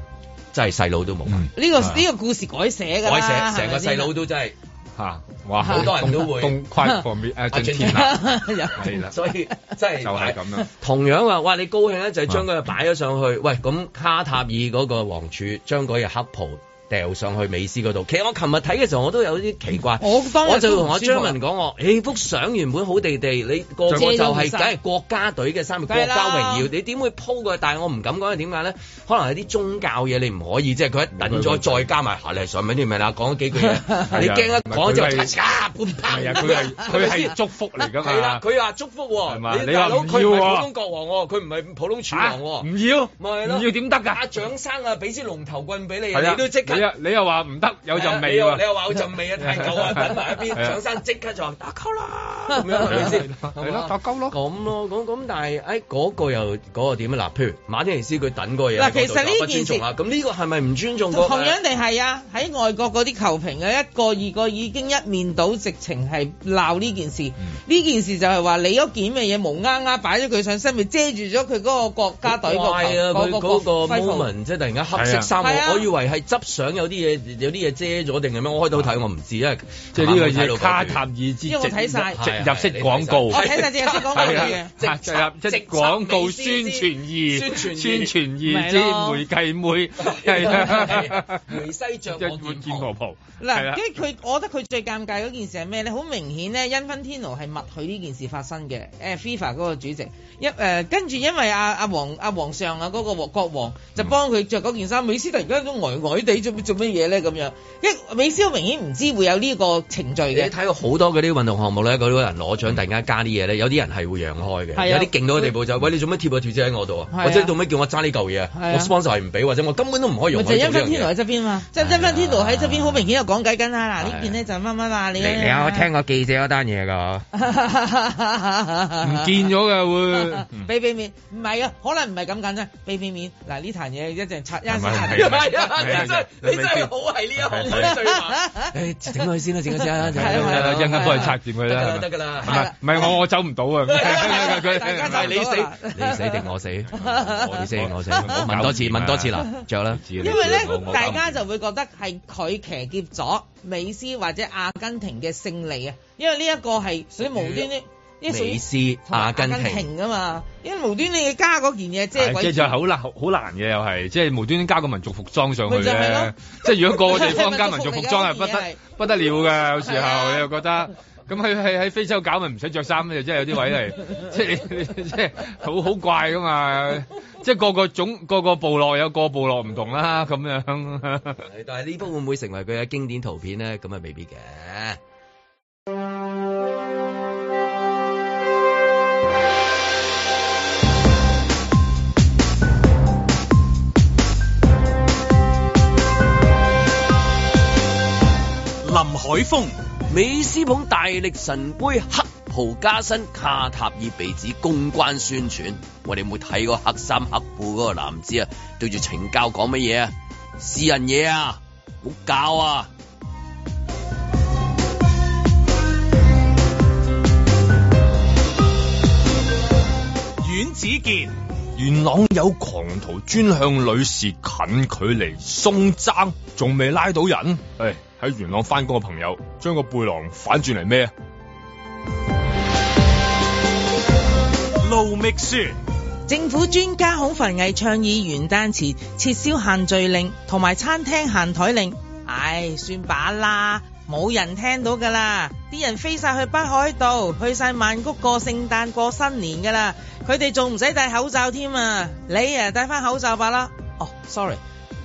真係細佬都冇。
嗯
呢個呢個故事改寫㗎
我
啦，
啊成成個細佬都真係。
嚇，哇！
好多人都會
東跨
[LAUGHS]
旁邊誒進天啦，
[LAUGHS] 佬
啊係啦，
所以真係
[LAUGHS] 就係咁樣。
同樣話，哇！你高興咧，就係將嗰日擺咗上去。喂，咁卡塔爾嗰個王儲將嗰日黑袍掉上去美斯嗰度。其實我琴日睇嘅時候，我都有啲奇怪。
嗯我當日
我就
都唔
同我
舒服啊
張文講我，誒幅相原本好地地，你個個
遮咗
就係
唔晒
梗係國家隊嘅衫，國
梗係
家
啦
榮耀，你點會鋪個？但係我唔敢講係點解咧？可能係啲宗教嘢，你唔可以，即係佢一等咗再加埋啊下你係上面啲咪啦，講咗幾句
[LAUGHS]
嘢，你驚一講就
唔係啊佢係
咔嚓半
係啊，
砰
佢係佢
[LAUGHS]
係祝福嚟㗎
係啦
嘛，，
佢話祝福
啊係嘛
喎，
你話
大佬
唔
佢
要
唔
喎
係普通國王喎，佢唔係普通柱
啊
王
唔
喎，
要
咪係咯
唔要點得
阿
㗎？
長生啊，俾支龍頭棍俾你，
係啊
你都即刻啊
你。又你又話唔得，有陣
你
味
又你
喎。
又話有陣
[LAUGHS]
味啊，太舊啊，等埋一邊，
係啊
長生即刻就話打
[LAUGHS]
溝啦，咁樣係咪先？
係咯，打鳩咯。
咁咯，咁咁，但係誒嗰個又嗰個點啊？嗱，譬如馬天尼斯佢等嗰個嘢，
嗱其實呢
不尊重啦，咁呢個係咪唔尊重個？
同樣地係啊，喺外國嗰啲球評嘅一個二個已經一面倒，直情係鬧呢件事。呢、
嗯
件事就係話你嗰件咩嘢無啱啱擺咗佢上身，咪遮住咗佢嗰個國家隊個球
怪啊！佢
嗰
嗰個
個徽袍
moment 即係突然間黑色衫，
係啊
我我以為係執相有啲嘢有啲嘢遮咗定係咩？我開到睇我唔知，因為
即係呢個
琴
嘢
晚冇睇到嗰
卡
段
塔爾之
因為我睇晒
植入式廣告
我。哦睇晒隻先講
係
嗰嘢
啊。，植入式廣告宣傳意，
宣傳
宣
意
傳意
咪
之
咯
媒介妹，係啊，
梅西着
[LAUGHS] 一
我
會
見
見婆。
過
婆，係
嗱，
啦，
跟住佢，我覺得佢最尷尬嗰件事係咩咧？好明顯咧，因芬天奴係默許呢件事發生嘅。誒、FIFA 嗰個主席，一誒、跟住因為阿阿皇阿皇上啊嗰、個國王就幫佢着嗰件衫，美斯突然間都呆呆地做做乜嘢咧咁樣？一美斯好明顯唔知會有呢個程序
你
嘅。
睇過好多嗰啲運動項目咧，嗰啲人攞獎突然間加啲嘢咧，有啲人係會讓開
係啊
嘅，有啲勁到嘅地步就係喂你做乜貼個貼紙喺我度
係
啊？
啊
或者做乜叫我揸呢嚿嘢啊？
係啊
我 sponsor 係唔俾，或者我根本都唔可以用
咪
佢做
就係因
呢樣
芬天奴喺
嘢。
側邊嘛，即係因芬天奴喺側邊，好明顯又講解緊啦。嗱，
係啊
呢件咧就乜乜啦，你 [LAUGHS]
過記者嗰單嘢㗎？
唔
唔
見咗嘅會。
俾俾面，唔係啊，可能唔係咁簡單，俾俾面。嗱呢壇嘢一陣拆一陣
係咪
拆
係咪
係啊，你真係你真係好係呢一行嘅對話。誒，整佢先啦，整佢先啦，整
[LAUGHS] 係
佢
啊係啊
一陣間幫佢拆掂佢
得㗎啦，
啦，
得㗎啦
唔。係唔係我我走唔到啊！
大家
唔係你死，你死定我 [LAUGHS] 死，你死定我死。我問多次，問多次嗱，着啦。
因
因為咧，大家就會覺得係佢騎劫咗美斯或者阿根廷嘅勝利啊，因為呢一個係屬於無端端，因為屬
美
於
斯、阿根廷，
啊嘛，因為無端端你加嗰件嘢遮
係
鬼
即
住，
係好難好難嘅又係，即係無端端加個民族服裝上去
咪就係咯
咧，即係如果個個地方加民族服裝係
[LAUGHS]
不
係啊
得不得了嘅，有時
係啊
候你又覺得。咁喺喺喺非洲搞咪唔使着衫咧，就真係有啲位
[LAUGHS]
嚟，即係你你即係好好怪噶嘛！即係個個種個個部落有個部落唔同啦，咁
[LAUGHS]
樣。
但係呢幅會唔會成為佢嘅經典圖片咧？咁啊，未必嘅。
林海峰、
美斯捧大力神杯黑
豪加新卡塔爾被指公關宣傳。我哋有冇睇過黑衫黑褲嗰個男子啊？對住懲教講乜嘢啊？私人嘢啊，冇搞啊！
阮子健、
元朗有狂徒專向女士近距離送爭，仲未拉到人。誒，哎喺元朗翻工嘅朋友，將個背囊反轉嚟孭啊！
盧覓雪、
政府專家孔繁毅倡議元旦前撤銷限聚令同埋餐廳限台令。唉，算把啦，冇人聽到㗎啦。啲人飛晒去北海道，去晒曼谷過聖誕過新年㗎啦。佢哋仲唔使戴口罩添啊！你啊，戴翻口罩吧啦。哦，sorry，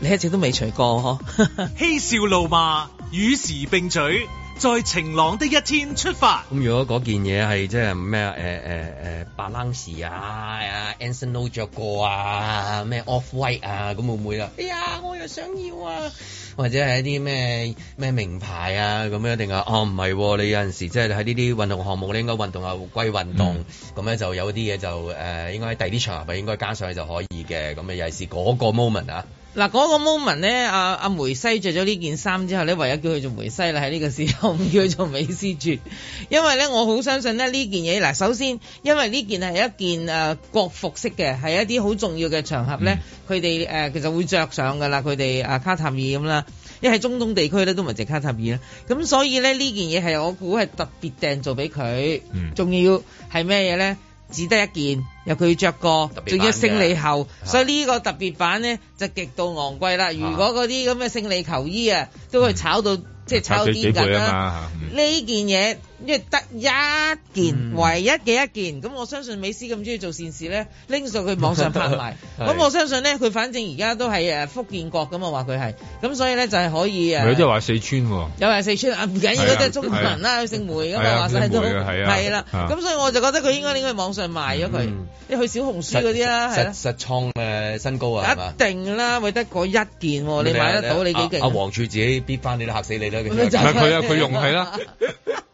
你一直都未除過呵。 [LAUGHS]
嬉笑怒罵，與時並舉，在晴朗的一天出發。
咁如果嗰件嘢係即係咩啊？誒誒誒，白冷士啊，啊 Anson Lo 著過啊，咩 Off White 啊，咁會唔會啦？哎呀，我又想要啊！或者係一啲咩咩名牌啊咁樣，定係哦唔係喎，你有陣時即係喺呢啲運動項目，你應該運動啊歸運
嗯
動，咁咧就有啲嘢就誒應該喺第啲場合咪應該加上去就可以嘅，咁啊尤其是嗰個 moment 啊。
嗱嗰個 moment 咧，阿、啊、阿梅西着咗呢件衫之後咧，唯有叫佢做梅西啦，喺呢個時候唔叫佢做美斯住， [LAUGHS] 因為咧我好相信咧呢件嘢嗱，首先因為呢件係一件誒、呃、國服式嘅，係一啲好重要嘅場合咧，佢哋誒其實會着上噶啦，佢哋啊卡塔爾咁啦，因為喺中東地區咧都唔係淨卡塔爾啦，咁所以咧呢件嘢係我估係特別訂做俾佢，仲、要係咩嘢咧？只得一件，由佢着過
特，別版嘅
仲要勝利後，
啊
所以呢個特別版呢就極度昂貴啦。如果嗰啲咁嘅勝利球衣啊，都會炒到、即係炒到
幾幾
癲緊
倍啊嘛
啦。
嚇！嗯
呢件嘢因為得一件，唯一嘅一件，咁我相信美斯咁中意做善事呢，拎上佢網上拍賣。咁
係
我相信呢，佢反正而家都係誒福建國咁啊，話佢係，咁所以呢，就係可以
咪有
誒
啲。人話四川喎。
有人四川啊，唔緊要
係啊
都係中國人啦，佢姓梅咁
係啊
嘛，話晒都
姓梅嘅係啊
係啦。
啊
咁所以我就覺得佢應該應該去網上賣咗佢
嗯，
你去小紅書嗰啲
啊
啦，
實
係
實創誒新高啊，係
啦
嘛，
一？定啦，喂得嗰一件喎，哦你買得到你幾勁
阿
啊？
黃柱自己逼翻你都嚇死你啦！佢
咪就
唔係
係
佢啊，佢用係啦，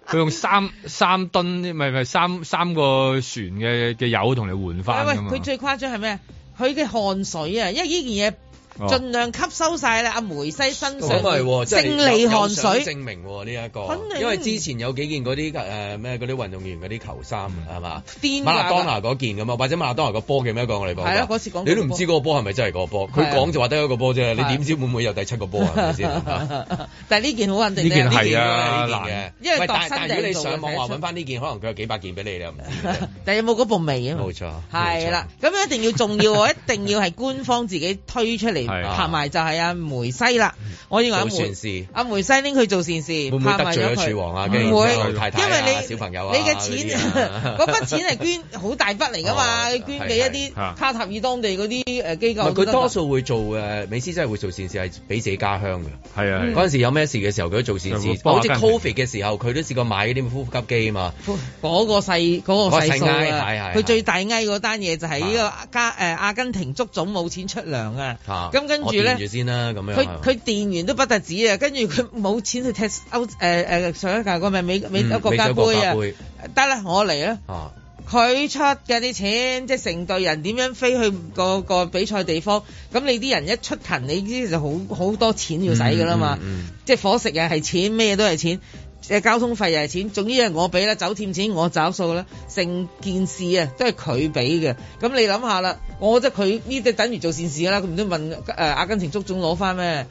佢用三三噸，唔係唔係三三個船嘅嘅油同你換翻
喂，
㗎嘛
佢最誇張係咩？佢嘅汗水啊，因為呢件嘢
哦
盡量吸收晒啦，阿梅西身上
咁咪喎，即係
勝利
有
汗
有
水
相。證明喎呢一
肯定
個，因為之前有幾件嗰啲誒咩嗰啲運動員嗰啲球衫
嗯
係嘛，
癲㗎
馬拉當拿嗰件咁啊，或者馬拉當拿個波叫咩講我哋講過，
係啊嗰次講過
你都唔知嗰個波係咪真係嗰個波，
係啊
佢講就話得一個波啫，你
係啊
點知會唔會有第七個波啊係咪先？係嘛
[LAUGHS] 但係呢件好肯定
呢件
呢
係
件
啊
呢件
因為
嘅，喂但
度身
但如果你
訂做嘅
上網
睇得
話
出
揾翻呢件，可能佢有幾百件俾你你又唔
[LAUGHS]
知嘅。
但有冇嗰部味啊嘛？
冇錯
係啦，咁一定要重要喎，一定要係官方自己推出嚟
係
拍賣，就係阿梅西啦。我認為阿
嗯做善
梅
事
阿梅西拎佢做善事，
會唔會
拍
得
賣
罪
咗
咗
佢
柱王啊？跟
唔
住
會，
之後太太
因為
啊、
你
小朋友啊，
你嘅錢
嗰啲啊
[LAUGHS] 嗰筆
[LAUGHS]
錢係捐好大筆嚟㗎嘛，
哦
捐俾一啲
係係
卡塔爾當地嗰啲誒機
唔係
構都
佢
得㗎。
多數會做誒，美斯真係會做善事，係俾自己家鄉嘅。
係啊，係啊
嗰陣時有咩事嘅時候，佢都做善事
有個。幫
好似
下
Covid 嘅時候，佢都試過買嗰啲呼吸機啊嘛。
嗰個細嗰個細數
嗰個細埃
啊
係，係
佢最大埃嗰單嘢就係呢個加誒阿根廷足總冇錢出糧啊，
嚇
咁跟住
我
咧
掂住。先啦，咁樣。
佢佢電完都不特止啊，跟住佢冇錢去踢歐誒誒上一屆嗰咪美美洲
嗯
國家
美洲國
杯
家
啊
杯，
得啦，我嚟啦。
啊
佢出嘅啲錢，即係成隊人點樣飛去個個比賽地方，咁你啲人一出勤，你知就好好多錢要使㗎啦嘛，
嗯嗯嗯
即係伙食又係錢，咩都係錢。誒交通費又係錢，總之係我俾啦，酒店錢我找數啦，成件事啊都係佢俾嘅。咁你諗下啦，我覺得佢呢啲等於做善事啦，佢唔通問誒、呃阿根廷足總攞
[LAUGHS]
翻咩？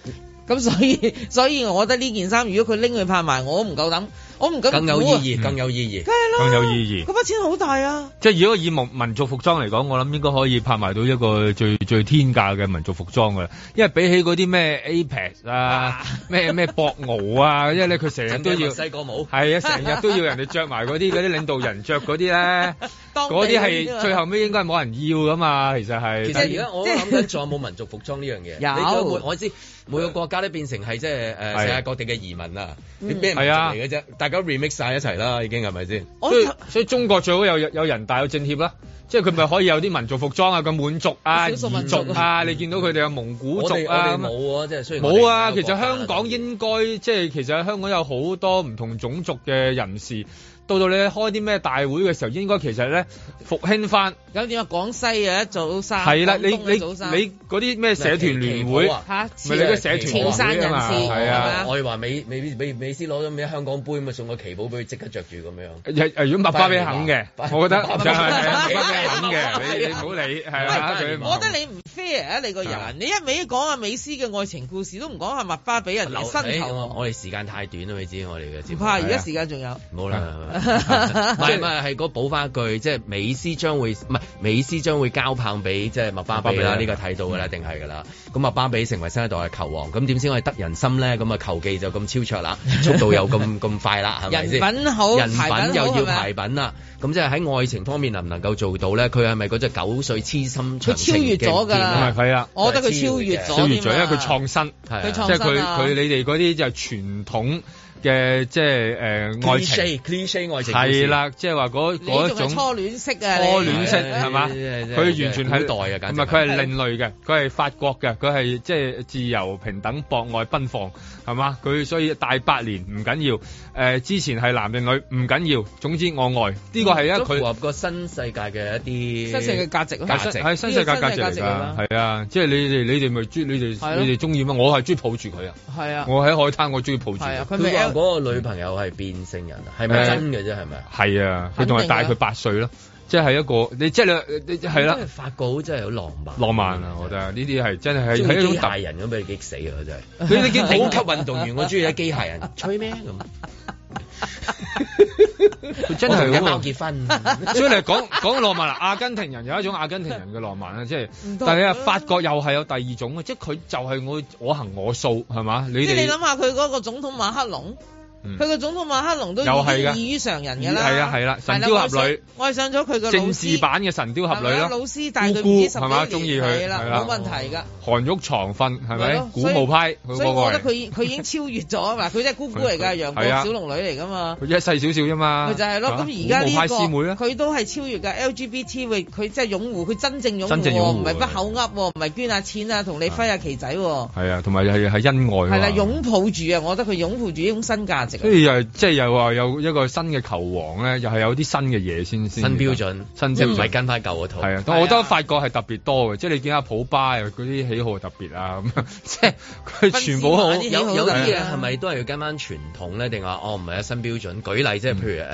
咁所以所以我覺得呢件衫如果佢拎去拍賣，我都唔夠膽，我唔敢
更有
估
意
啊，
義，更有意義。
梗係啦，
更有意義
嗰筆錢好大啊！
即係如果以民民族服裝嚟講，我諗應該可以拍賣到一個最最天價嘅民族服裝㗎啦。因為比起嗰啲咩 Apex 啊、咩咩博鰲啊，因為咧佢成日都要
墨西哥冇。
係啊，成日都要人哋着埋嗰啲嗰啲領導人着嗰啲咧，
當地
嗰啲
嗰啲啊
係最後尾應該係冇人要噶嘛，其實係。
其實而家我都諗 [LAUGHS] 緊仲有冇民族服裝呢樣嘢？
有
你仲冇我知每個國家都變成係即係嗯誒
係
世界各地嘅移民啦。你咩民族
係啊
嚟嘅啫？大家 remix 晒一齊啦，已經係咪先？
我
所以所以中國最好有有人大有政協啦，即係佢咪可以有啲民族服裝啊，咁滿族啊、
少數
彝
民族
族啊，你見到佢哋有蒙古
我
族
哋我
啊
哋。冇啊，即係雖然我哋
冇啊，
唔
其
係一個
實香港
國家
應該即係其實香港有好多唔同種族嘅人士到到你開啲咩大會嘅時候，應該其實咧復興翻。
有點啊，廣西啊一早生，
係啦，
廣
你你
東
你
一早生
嗰啲咩社團聯會，
旗袍啊
嚇
咪你嗰社
旗
團
袍
潮汕
會啊
人
嘛，
士
係
係
啊
嘛。
我哋話美美美美斯攞咗咩香港杯咁啊，送個旗袍俾佢即刻着住咁樣。
誒啊如果麥巴比肯嘅，我覺得就係
巴比
麥巴比
肯
肯嘅，你你唔好理係啦，
喂
佢啊唔
我覺得你唔 fair 啊！你個
係
人，你一味講阿美斯嘅愛情故事，都唔講下麥花俾人哋
哎
身
我
頭。
我哋時間太短啦，你知我哋嘅節
唔
目
怕，。
啊
而家時間仲有。
冇啦，
[LAUGHS]
唔係唔係，係嗰補翻一句，即係美斯將會唔係美斯將會交棒俾即係麥巴
麥
比啦，
巴比嗯
呢個睇到㗎啦，一定係㗎啦。咁麥巴比成為新一代嘅球王，咁點先可以得人心咧？咁啊球技就咁超卓啦， [LAUGHS] 速度又咁咁快啦，係咪先？
人品好
人
排
品
品好
又要
係咪
排品啦。咁即係喺愛情方面能唔能夠做到咧？佢係咪嗰只九歲痴心長
佢超越咗㗎啦
情啊
係係啦，
我覺得佢超越咗，
小魚嘴，因為佢創新。
嘅
佢
劍
啊創
即
啊
係佢佢你哋嗰啲就傳統嘅即係誒、愛情
cliché 愛情故事
係，啦，即係話嗰
你
嗰
仲
一
係
種
初
初
戀式啊！你
戀式
係
係嘛？
即係即係
佢完全係
古代啊簡直係
唔係佢係另類嘅，佢係法國嘅，佢係即係自由平等博愛奔放係嘛？佢所以大八年唔緊要，誒、呃之前係男定女唔緊要，總之我愛呢個係一
嗯
都符
啊
佢
合個新世界嘅一啲
新世嘅價值咯。啊
價值
係新世界價值嚟
呢個
㗎，
新世界價值嚟
係啊，即係你哋你哋咪中你
係
哋
咯
你哋中意乜？我係中意抱住佢啊！
係啊，
我喺海灘我中意抱住
係
佢
啊，。佢咪
佢話
L
嗰個女朋友係變性人啊，係咪
誒
真嘅啫？係咪啊？
係啊，佢
肯定
仲係大
啊
佢八歲咯，即係一個你即係你你係啦
因為，法國佬真係好浪漫，
浪漫
嗯
啊！我覺得呢啲係真係
中
係
意
一種
機
特
械人咁俾佢激死啊！真係
你你
[LAUGHS]
見
頂級
好
運動員，我中
啊
意啲機械人， [LAUGHS] 吹咩咁？
佢 [LAUGHS] 真係
一
好
貓
啊 [LAUGHS]
結婚，
所以你講 [LAUGHS] 講浪漫啦，阿根廷人有一種阿根廷人嘅浪漫啦，即係
唔，同
但係啊法國又係有第二種嘅，啊即係佢就係我我行我素係嘛？你
即係你
哋
諗下佢嗰個總統馬克龍，
嗯
佢個總統馬克龍都
又係㗎
已經異於常人㗎啦。
係啊係啦神
係啦
雕俠侶，
我係上我係上咗佢個老
政
師
治版嘅神雕俠侶
係咪
啦
啊，老師帶佢
姑
唔
姑
知十
係嘛？
幾
中意
年，
佢
係啦，冇問題㗎。
韓玉床瞓係
係
咪
咯？
古
所以
墓派佢
所以我覺得
嗰個係
佢佢已經超越咗啊嗱，佢真係姑姑嚟
佢 [LAUGHS]
㗎，楊過
係啊
小龍女嚟㗎嘛。
佢一細少少啫嘛，
佢就係咯，
係嘛
咁而家
古墓派師
呢
妹啊啦。
個佢都係超越㗎 LGBT 喂，佢真係擁護，佢真正擁護
真正擁
喎，
護
唔係不口噏喎，唔係捐下錢啊，同你揮下旗仔喎，
係啊，同埋係係恩愛啊嘛。
係啦，擁抱住啊，我覺得佢擁抱住呢種新價值啊
所。以又即係又話有一個新嘅球王咧，又係有啲新嘅嘢先先
新標準，
新
即
標
係唔
準
嗯
係跟翻舊嗰套。
係啊，
係啊
但我覺得法國係特別多嘅，即係你見下普巴又嗰啲喜好特別啊，咁 [LAUGHS] 即係佢全部啊好
分子化啲
有有啲
喜
嘢
好㗎
係咪都係要跟翻傳統咧？定話哦唔係啊新標準？舉例即係譬如誒誒，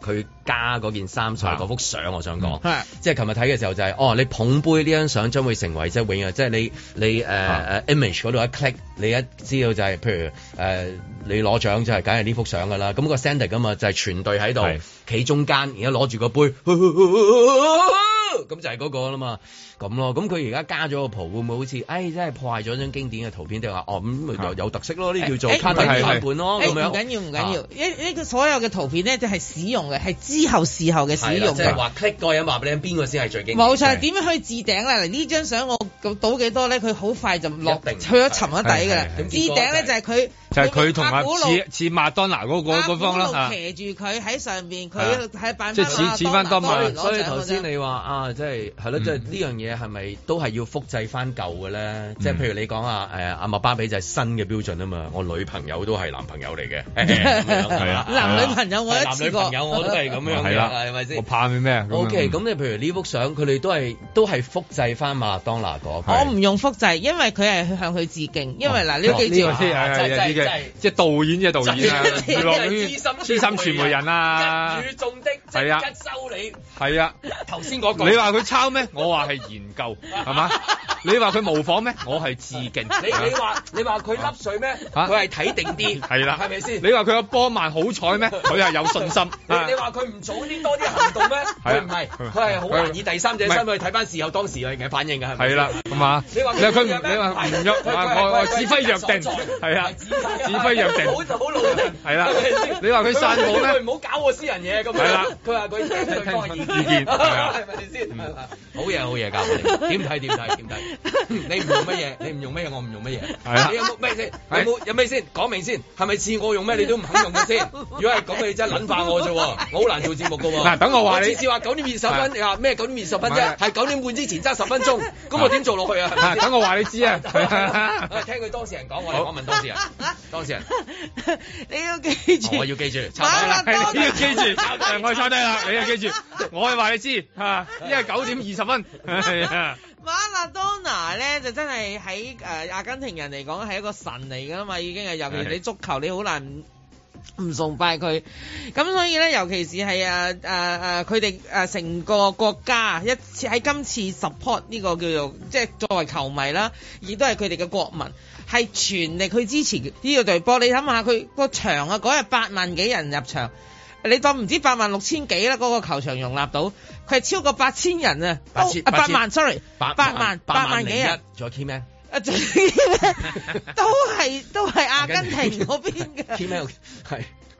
佢加嗰件衫上嗰幅相，我想講
係，
即係琴日睇嘅時候就係哦，你捧杯呢張相將會成為即係永遠，即係你你誒誒 image 嗰度一 click，你一知道就係譬如誒你攞獎就係梗係呢幅相㗎啦。咁個 standard 㗎嘛，就係全隊喺度
係
企中間，而家攞住個杯，咁就係嗰個啦嘛。咁咯，咁佢而家加咗個蒲，會唔會好似，唉，真係破壞咗張經典嘅圖片？定話哦，咁咪有
係
有特色咯，呢叫做
誒
卡特
係係
版本咯，
誒
咁
唔
樣。
緊要，唔緊
啊
要，呢呢個所有嘅圖片咧，都係使用嘅，係之後事後嘅使
係啦
用
即
嘅
係。話 click 個人話俾你聽，邊個先係最經典？
冇錯，
係
點樣可以置頂咧？嗱，呢張相我倒幾多咧，佢好快就落
一定
去咗沉咗底㗎啦
係係係。
置頂咧就係佢，
就係佢同阿
阿古路
似似麥當娜嗰個嗰方啦
阿
啊
古路騎住佢喺上邊，
係
佢喺扮
即係似似翻當
所以
晚
所以頭先
你
你話啊，即係係咯，
嗯
即係呢樣嘢係咪都係要複製翻舊嘅咧？即係
嗯
譬如你講啊，誒阿麥巴比就係新嘅標準啊嘛，我女朋友都係男朋友嚟嘅，咁樣
係啊
男女朋友我一
男
次
女
過
朋，友我都哦係咁樣嘅，
係啦
係咪先
我？怕佢咩哦
O K，咁你譬如呢幅相，佢哋都係都係複製翻馬當娜嗰個。
我唔用複製，因為佢係向佢致敬。因為嗱，你要
哦
記
呢
住
個。先啊係係
啊真係
呢
真
嘅
係，
即係導演嘅導演啊，
真係
娛樂圈
資深
資深傳媒人啊，
中的即
係啊
收你
係啊。
頭先嗰
你話佢抄咩？我話係研究，係
[LAUGHS]
嘛？你話佢模仿咩？我係致敬。
話你話佢笠水咩？
啊
係睇定啲
係啦，
係咪先
你話佢個波曼好彩咩？佢係有信心。啊
話佢唔早啲多啲行動咩？
係啊
第三者去睇翻事後當時嘅反應嘅，係咪
係
先
啦，咁啊，
你話佢
你話佢唔
唔約咩
你話唔
係
喐
佢
啊，
佢
我我
佢
指揮約
佢
定，
所在
係啊，
係
指
指揮
揮約定，
好好努力
係啦
係咪先，
你話佢散步
佢話
咩
佢？唔好搞我私人嘢咁樣。
係啦
佢話佢聽對方嘅意
聽對方嘅意見係啊
係咪先？係嘛好嘢好嘢，教我哋點睇點睇點睇。你唔用乜嘢，你唔用乜嘢，我唔用乜嘢。
係啊
你有冇咩先？有冇有咩先？講明先，係咪似我用咩你都唔肯用嘅先？如果係咁，你真係撚化我啫喎，我好難做節目㗎喎。
嗱等我話你
次次話九點二十分，你話咩九點二十分
唔係
啫？係九點半之前爭十分鐘，咁我點做落去啊？係 [LAUGHS] 咪
啊
先
等我話你知啊 [LAUGHS]
我聽佢當事人講，我哋訪問當事
[LAUGHS]
人，當事人，哦
你要記住，
我要 [LAUGHS] 記住，
馬
插啦。
拉多
[LAUGHS] 你要記住，我抄低啦，你要啊記住，我係話你知嚇，因為九點二十分，係啊
馬拉多拿咧就真係喺誒阿根廷人嚟講係一個神嚟噶嘛，已經係尤其
係
你足球你好難唔唔崇拜佢，咁所以咧尤其是係啊誒誒誒呃佢哋誒成個國家一次喺今次 support 呢個叫做即係作為球迷啦，亦都係佢哋嘅國民。係全力去支持呢個隊波，你諗下佢個場啊，嗰日八萬幾人入場，你當唔知八萬六千幾啦，嗰、個球場容納到，佢係超過八千人啊，
八千
都啊
八
八
千
萬，sorry，八萬八萬幾人，，
仲有 Keyman。
啊仲要都係都係阿根廷嗰邊
[LAUGHS]
嘅。
Keyman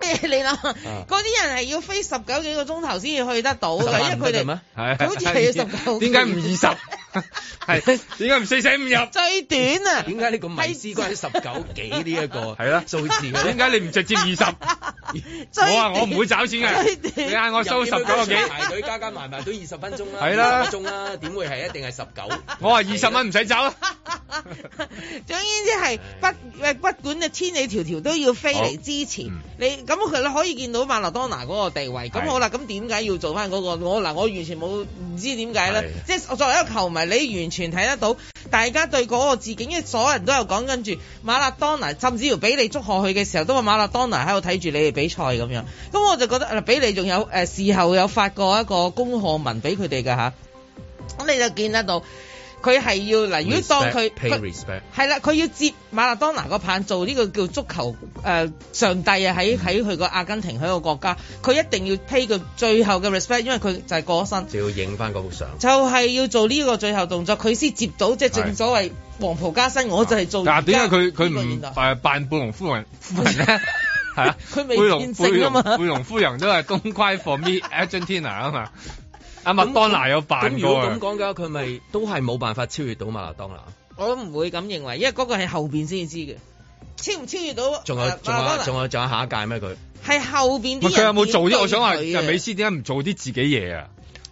係
你諗下，
啊
嗰啲人係要飛十九幾個鐘頭先至去得到
十
嘅，
萬
因
唔
為
得嘅
佢
咩
哋
係啊
好似係要19
[LAUGHS] 點解唔二十？ [LAUGHS] 係點解唔四捨五入？
[LAUGHS] 最短啊，
點解你咁迷思關於十九幾呢一個
係啦
數字嘅咧
點？解你唔直接二 [LAUGHS] 十？
最
我話我
短
唔會找錢嘅，
最
你嗌
短
我收十九個幾，
排隊加加埋埋都二十分鐘啦，
係啦
二十分鐘啦，點會係一定係十九？
我話二十蚊唔使走啊！
[LAUGHS] 總言之係不誒不管你千里迢迢都要飛嚟支持
嗯
你，咁佢你可以見到馬拉多拿嗰個地位。咁
係
好啦，咁點解要做翻嗰個？我嗱，我完全冇唔知點解咧
係。
即係我作為一個球迷，你完全睇得到大家對嗰個致敬，因為所有人都有講跟住馬拉多拿，甚至乎俾你祝賀佢嘅時候，都話馬拉多拿喺度睇住你哋比賽咁樣。咁我就覺得嗱，俾你仲有誒事後有發過一個恭賀文俾佢哋㗎吓，咁你就見得到佢係要嗱，如果當佢
Respect，pay
佢
respect，
係啦，佢要接馬拉當拿個棒做呢個叫足球誒、呃上帝
嗯
啊！喺喺佢個阿根廷喺個國家，佢一定要 pay 佢最後嘅 respect，因為佢就係過咗身，
就要影翻嗰幅相。
就係、要做呢個最後動作，佢先接到，即係正所謂黃袍加身，我就哦係做
嗱，
而家
啊點解佢佢
呢個年
唔
代
誒扮貝隆
[LAUGHS]
夫人夫人咧？係啊，
佢未
貝隆
變
貝
性啊
隆
嘛
貝隆夫人都係東歸 for me Argentina 啊嘛，阿麥當娜有扮
咁如
過
果
啊
咁。講嘅話，佢咪都係冇辦法超越到馬拉當拿。
我都唔會咁認為，因為嗰個係後邊先至知嘅，超唔超越到？
仲有
呃
仲
馬拉
有
當
仲有仲有下一屆咩？佢
拿係後邊
唔
啲
係佢有
人
冇做
點
啲？我想話，
對佢嘅啊
美斯點解唔做啲自己嘢啊？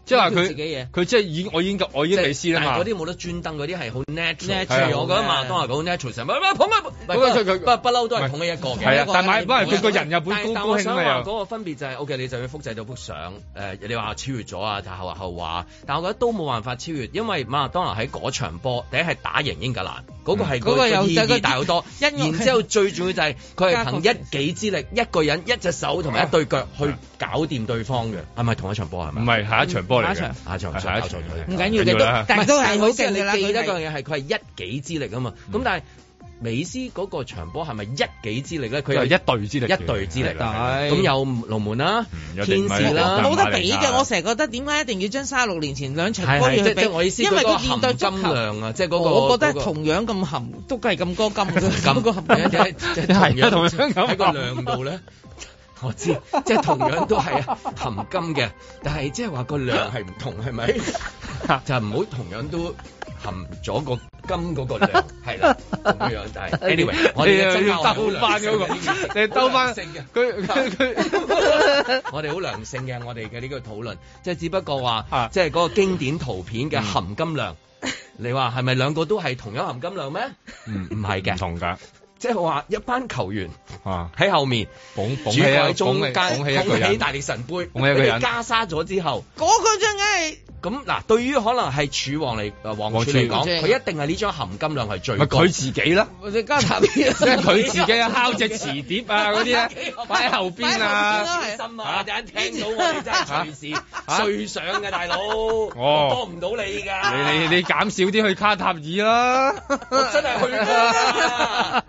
即係話
自己
佢
嘢
佢即係已我已經我已經美斯啦嘛
但係嗰。啲冇得專登，嗰啲係好 natural。
Natural
我覺得馬拉當拿好 natural，成日喂喂捧啊！唔
嗰個
係
佢
不不嬲都係捧起一個嘅。
係啊，
嗰個
但係買
係
因為佢個
冇
人又
但
本高
但
高
我
興
想
啊
話
又。
嗰個分別就係、OK，你就要複製到幅相，誒、你話超越咗啊，但後後話，但我覺得都冇辦法超越，因為馬拉當拿喺嗰場波，第一係打贏英格蘭，
嗯
嗰、個係
嗰個有
意
有個
義大
[LAUGHS]
好多，
因為
然之後最重要就係佢係憑
加
一己之力，一個人一隻手同埋一對腳去搞掂對方嘅，係咪同一場波係咪？
唔係下一場波嚟嘅，
嗯下一場
下一場
下一場
下一場
唔緊要嘅，都但係都係好
好似
勁
你
嘅啦。
記得
佢係
嗰樣嘢係佢係一己之力啊嘛，咁、但係美斯嗰個場波係咪一己之力咧？
佢
佢
係
又
一隊之力，
一隊之力
係
咁有龍門啦
嗯、有
天
定位
使啦，
冇得
馬利
比
亞
嘅，我成日覺得點解一定要將三十六年前兩場
係
波
係
要去
即
比？
即我意思，
因為
嗰個
佢現代
含
足
金
球，
量啊，即係嗰個
我覺
嗰
得
個
同樣咁含，都係咁多金嘅，嗰個
咁
[LAUGHS]
含
係 [LAUGHS]
金
即係即
量。
係啊
係
同
同
樣
樣
咁
喺個量度咧。 [LAUGHS] 我知，即係同樣都係啊含金嘅，但係即係話個量係唔同，
[LAUGHS]
係咪？就唔好同樣都含咗個金嗰個量，係啦，咁樣。
[LAUGHS]
但係 anyway，我哋
你
嘅
要兜翻嗰個，你兜
[LAUGHS]
翻
性
[LAUGHS]
嘅。
佢佢佢。
我哋好良性嘅，我哋嘅呢個討論，即係只不過話
啊，嗯
即係嗰個經典圖片嘅含金量。你話係咪兩個都係同樣含金量咩？唔唔係
唔
嘅，
同㗎，
即係話一班球員
啊，
喺後面，
捧捧
主
起啊，
喺
捧
中
起
間，
捧起一個
捧起
人，
大力神杯，
捧起一個人
佢哋加沙咗之後，
嗰個真係
[LAUGHS] 咁嗱，對於可能係柱王嚟，誒王柱
王柱
嚟
王
講，
柱
佢一定係呢張含金量係最
咪
高。
佢自己啦。
我哋加插邊
即係佢自己啊，敲隻瓷碟啊嗰啲
[LAUGHS]
咧，擺喺後邊啊。
係
心
[LAUGHS]
啊！陣聽到我哋真係隨時
嚇
碎上嘅大佬，我
哦
幫唔到你㗎。
你你你減少啲去卡塔爾啦。
我真係去過
[LAUGHS]
啦，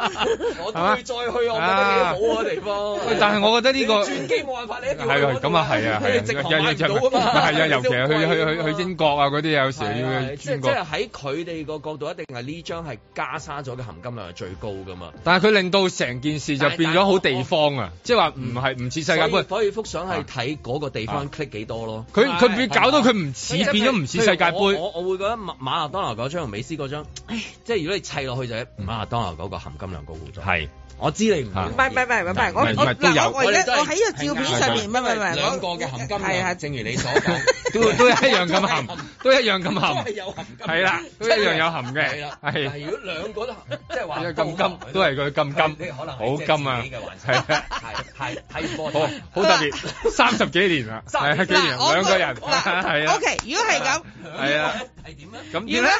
我都會再去，我覺得幾好啊地方。
喂但係我覺得呢個
轉機冇辦法，你一定要
係啊，咁啊係啊，係啊，
你直航買唔到啊嘛，
係啊，尤其係去去去去去英國啊嗰啲啊有時
係啊
要
係
去
即係
專
即
國。
係喺佢哋個角度，一定係呢張係加沙咗嘅含金量係最高噶嘛。
但係佢令到成件事就變咗好地方啊！即係話唔係唔似世界
所以
盃，
所以幅相係睇嗰個地方 click 幾多咯。
佢佢變搞到佢唔似
即係譬如
變咗唔似世界
譬如我
盃。
我我會覺得馬馬勒當拿嗰張同美斯嗰張，唉即係如果你砌落去就係馬勒當拿嗰個含金量高好多。
係
我知你唔
嚇
同意
唔
唔係唔係唔係唔係，我
唔係唔
我
係都有
嗱我我而
我
家
哋都係
我喺個照片上面，唔係唔係唔係，
兩個嘅含金
係
量，
係
正如你所講，
都都一樣咁含，都一樣咁
都
含
係，有含金量。
係啦，都一樣有含
係
嘅
啦，，但
係
係如果兩個
[LAUGHS]
都含即係話
因為咁金都係佢咁
你
金，
可能
好金啊，
係
係 [LAUGHS] 啊，
係
[LAUGHS]
睇波
好好特別， [LAUGHS] 三十幾年啦，係啊，幾年
我
兩個人， [LAUGHS] 係
嗱
啊，
，OK，如果係咁，
係啊，
係點咧？
咁
要
點
咧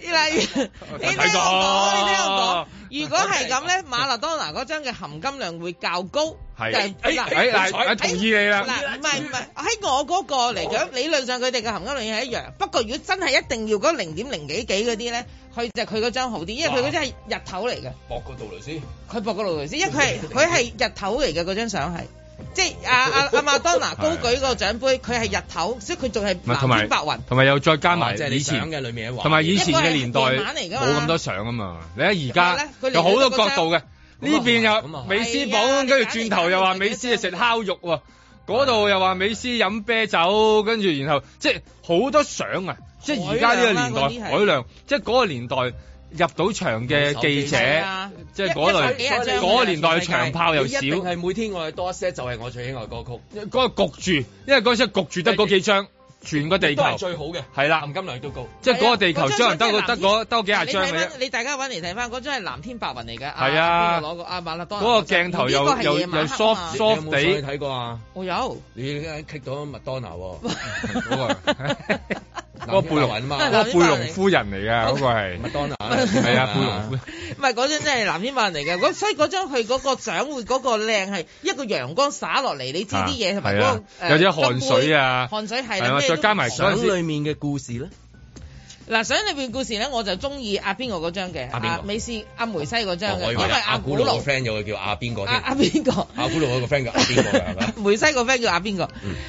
咧？，
[LAUGHS]
嗱，你聽我講，你聽我講，如果係咁咧，馬勒當拿嗰張嘅含金量會較高，
係
就嗱。
誒嗱，我同意你啦，
嗱，唔係唔係，喺我嗰個嚟講，理論上佢哋嘅含金量係一樣。不過如果真係一定要嗰零點零幾幾嗰啲咧，佢就佢嗰張好啲，因為佢嗰張係日頭嚟
[LAUGHS]
嘅。
博個杜蕾斯，
佢博個路雷斯，因為佢係佢係日頭嚟嘅嗰張相係，即係阿阿阿馬當娜高舉個獎杯，佢係日頭，所以佢仲係
唔係同
藍
埋
天白雲。
同埋又再加
或
埋
哦者係
以
你
前。
想嘅裏面嘅話，
同埋以前嘅年代
因為係夜晚嚟㗎嘛
冇咁多相啊嘛，你喺而
咁
家
咪咧佢
有好多
嚟到嗰
角
張
度嘅，呢邊
咁啊
又
係
美斯
係啊
榜，
你
跟住
揀
轉
嚟
頭又話
揀
美斯係食烤肉喎，嗰
係
度
啊
又話美斯飲啤酒，跟住然後即係好多相啊，即係而家呢個
海量
年
啦嗰啲
代
係
海量，即係嗰個年代入到場嘅記者
係啊，
即係嗰
一一百幾
類
廿張㗎
嗰個年代
全世界
長炮又少，
一定係每天我哋多一些，就係我最喜愛嘅歌曲，
嗰個焗住，因為嗰時焗住得嗰幾張，全個地
都係
球
最好嘅，
係啦
含，金量都高。
即係嗰個地
係
球
啊嗰張
只能得個
相真係
得嗰得嗰幾
嗱
廿
你
張
睇
嘅啫
翻，。你大家揾嚟睇翻，嗰張係藍天白雲嚟嘅。
係啊
邊個攞過阿馬勒當拿
嗰個
嗰張
鏡頭
呢
又
個係
又
夜晚
又
黑啊
soft-
嘛
你
soft-
有冇上去睇過啊？
我有，
你而家 click 到麥當娜喎，
嗰個啊
[LAUGHS]
嗰個
藍
貝
天
隆
白雲啊嘛
嗰個貝隆夫人嚟 [LAUGHS] 㗎，嗰個係
麥當娜
係
係
啊，貝隆夫人
[LAUGHS] 唔係嗰張真係藍天白雲嚟嘅。嗰所以嗰張佢嗰個獎會嗰個靚係一個陽光灑落嚟，你知啲嘢同埋
係
嗰
啊
個誒
有啲汗水啊
金杯汗水係
係啊
啦，咩都
再加埋
唔
相
相裏面嘅故事咧，
嗱，相裏邊故事咧，我就中意阿邊個嗰張嘅，
阿邊個
阿美斯阿梅西嗰張
哦
嘅，
我以
因
為
為阿古
古路
路
個 friend 有個叫
啊
阿邊個
阿
添，
阿邊個？
阿古路有個 friend 叫阿邊個㗎係咪？
[LAUGHS]
嗯
梅西個 friend 叫阿邊個，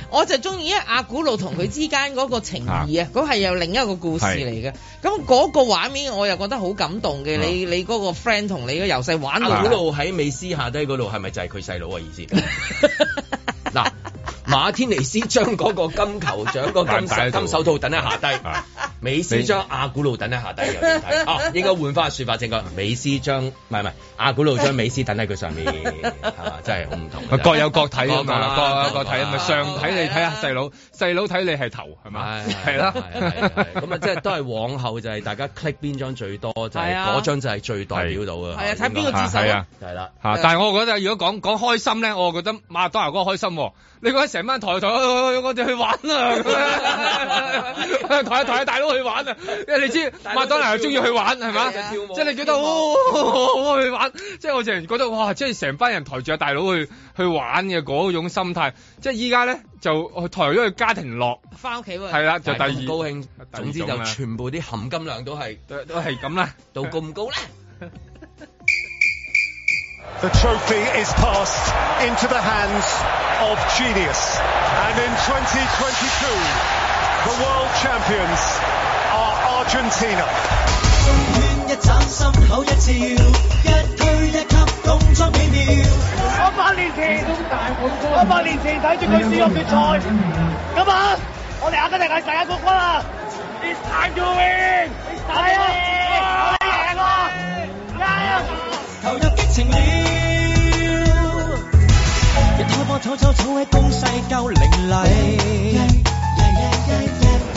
我就中意因為阿古路同佢之間嗰個情義啊，嗰係又另一個故事嚟嘅。咁嗰個畫面我又覺得好感動嘅，你你嗰個 friend 同你嘅由細玩
阿
到
古
大，
啊
路喺美斯下低嗰度係咪就係佢細佬嘅
[LAUGHS]
意思？嗱，馬天尼斯將嗰個金球獎個金
擺
手
喺度
金手套等喺下低
啊，
美斯將阿古路等喺下低又點
[LAUGHS]
睇？哦，應該換翻説法正確，美斯將唔係唔係阿古路將美斯等喺佢上面，係嘛？真係好唔
咪
同。
[LAUGHS] 各有各睇啊
各有各
嘛，各
啦
有各睇啊嘛，
各有各啦
上睇你睇下細佬，細佬睇你係頭係嘛， [LAUGHS] 係啦， [LAUGHS]
咁啊，哎即係都係往後就係大家 click 邊張最多，就係
係啊
嗰張就係最代表到嘅。
係啊睇邊個
嚇
自首
係啊。
係啦。
嚇！但係我覺得如果講講開心咧，我覺得馬當牙哥開心喎。你覺得成班台台我哋去玩啊咁樣，台台大佬去玩啊，因為你知馬當牙又中意去玩係嘛？
係啊
即係你覺得哦，好去玩，即係我成日覺得哇，即係成班人抬住阿大佬去去玩嘅嗰種心態。即係依家咧就抬咗去家庭樂，
翻屋企喎。
係啦，就
就
第
第
二
二高興，總之
第二種啊
就
啦
全部啲含金量都係
都都係咁啦。 [LAUGHS]
到咁高咧。
The trophy is passed into the hands of genius. And in 2022, the world champions are Argentina.
一眨心口一笑，一推一吸動作美妙。我八年前，我八年前睇住佢輸入決賽，今晚我哋亞洲世界世界冠軍啦！It's time to win！係啊，我哋贏啦！加油！投入激情了。日拖波草草草喺攻勢夠凌厲。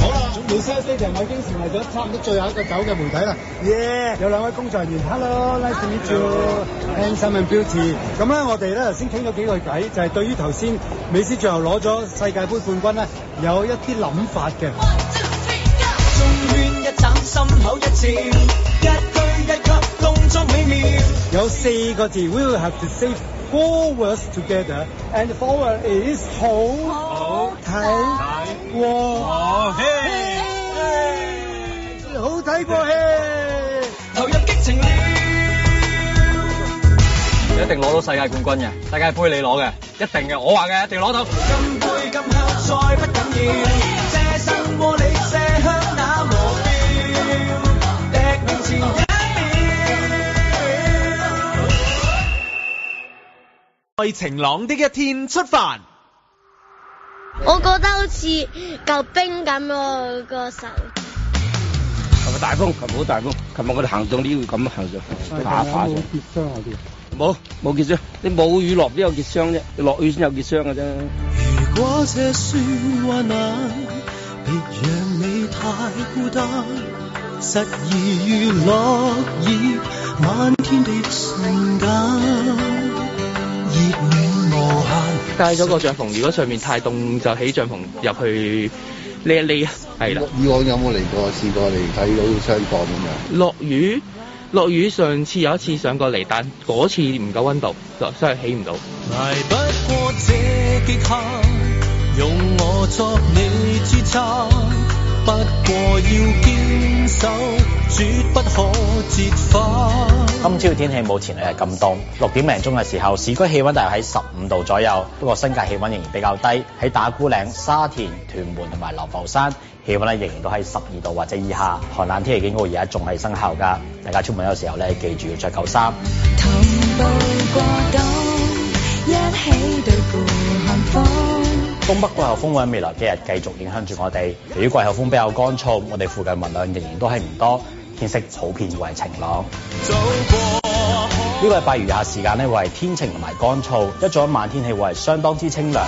好啦，梅西斯就已經成為咗差唔多最後一個走嘅媒體啦。耶！有兩位工作人員，Hello，nice to meet you，handsome and beauty。咁咧，我哋咧頭先傾咗幾個偈，就係對於頭先美斯最後攞咗世界盃冠軍咧，有一啲諗法嘅。
一眨心口一笑，一句一級動作美妙。
有四個字，we will have to say four words together, and four word is 好睇過戲，好睇過戲。
投入激情了，
一定攞到世界冠軍嘅，世界盃你攞嘅，一定嘅，我話嘅一定攞到。
金杯金刻再不緊要，這生和你
為晴朗的一天出發。
我覺得好似嚿冰咁咯，個手。
琴日大風，琴日好大風，琴日我哋行到呢度咁行上，爬一爬上。
結霜嗰啲。
冇冇結霜，你冇雨落邊有結霜啫？你落雨先有結霜嘅啫。
如果這說話難，別讓你太孤單。失意與落葉，漫天的瞬間，熱暖無限。
加咗個帳篷，如果上面太凍就起帳篷入去匿一匿啊，係啦。
以往有冇嚟過試過嚟睇到霜降咁樣？
落雨落雨，上次有一次上過嚟，但嗰次唔夠温度，就真係起唔到。
捱不過這極限，用我作你支撐。不過要堅守，絕不可折返。
今朝嘅天氣冇前日係咁凍，六點零鐘嘅時候，市區氣温大約喺十五度左右，不過新界氣温仍然比較低。喺打鼓嶺、沙田、屯門同埋流浮山，氣温咧仍然都喺十二度或者以下。寒冷天氣警告而家仲係生效㗎，大家出門嘅時候咧，記住要着夠衫。東北季候風會喺未來幾日繼續影響住我哋，由於季候風比較乾燥，我哋附近雲量仍然都係唔多，天色普遍會係晴朗。呢個禮拜餘下時間咧會係天晴同埋乾燥，一早一晚天氣會係相當之清涼。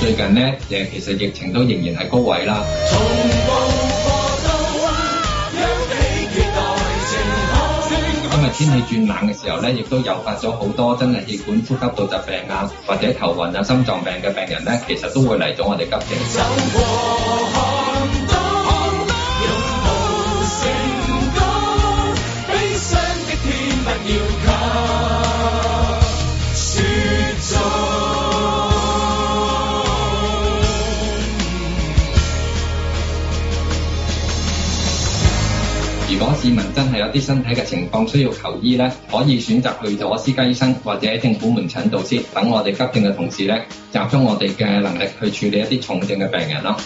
最近呢，誒其實疫情都仍然係高位啦。今日天氣轉冷嘅時候咧，亦都誘發咗好多真係氣管呼吸道疾病啊，或者頭暈啊、心臟病嘅病人咧，其實都會嚟咗我哋急症。如果市民真係有啲身體嘅情況需要求醫咧，可以選擇去咗私家醫生或者政府門診度先，等我哋急症嘅同事咧，集中我哋嘅能力去處理一啲重症嘅病人咯。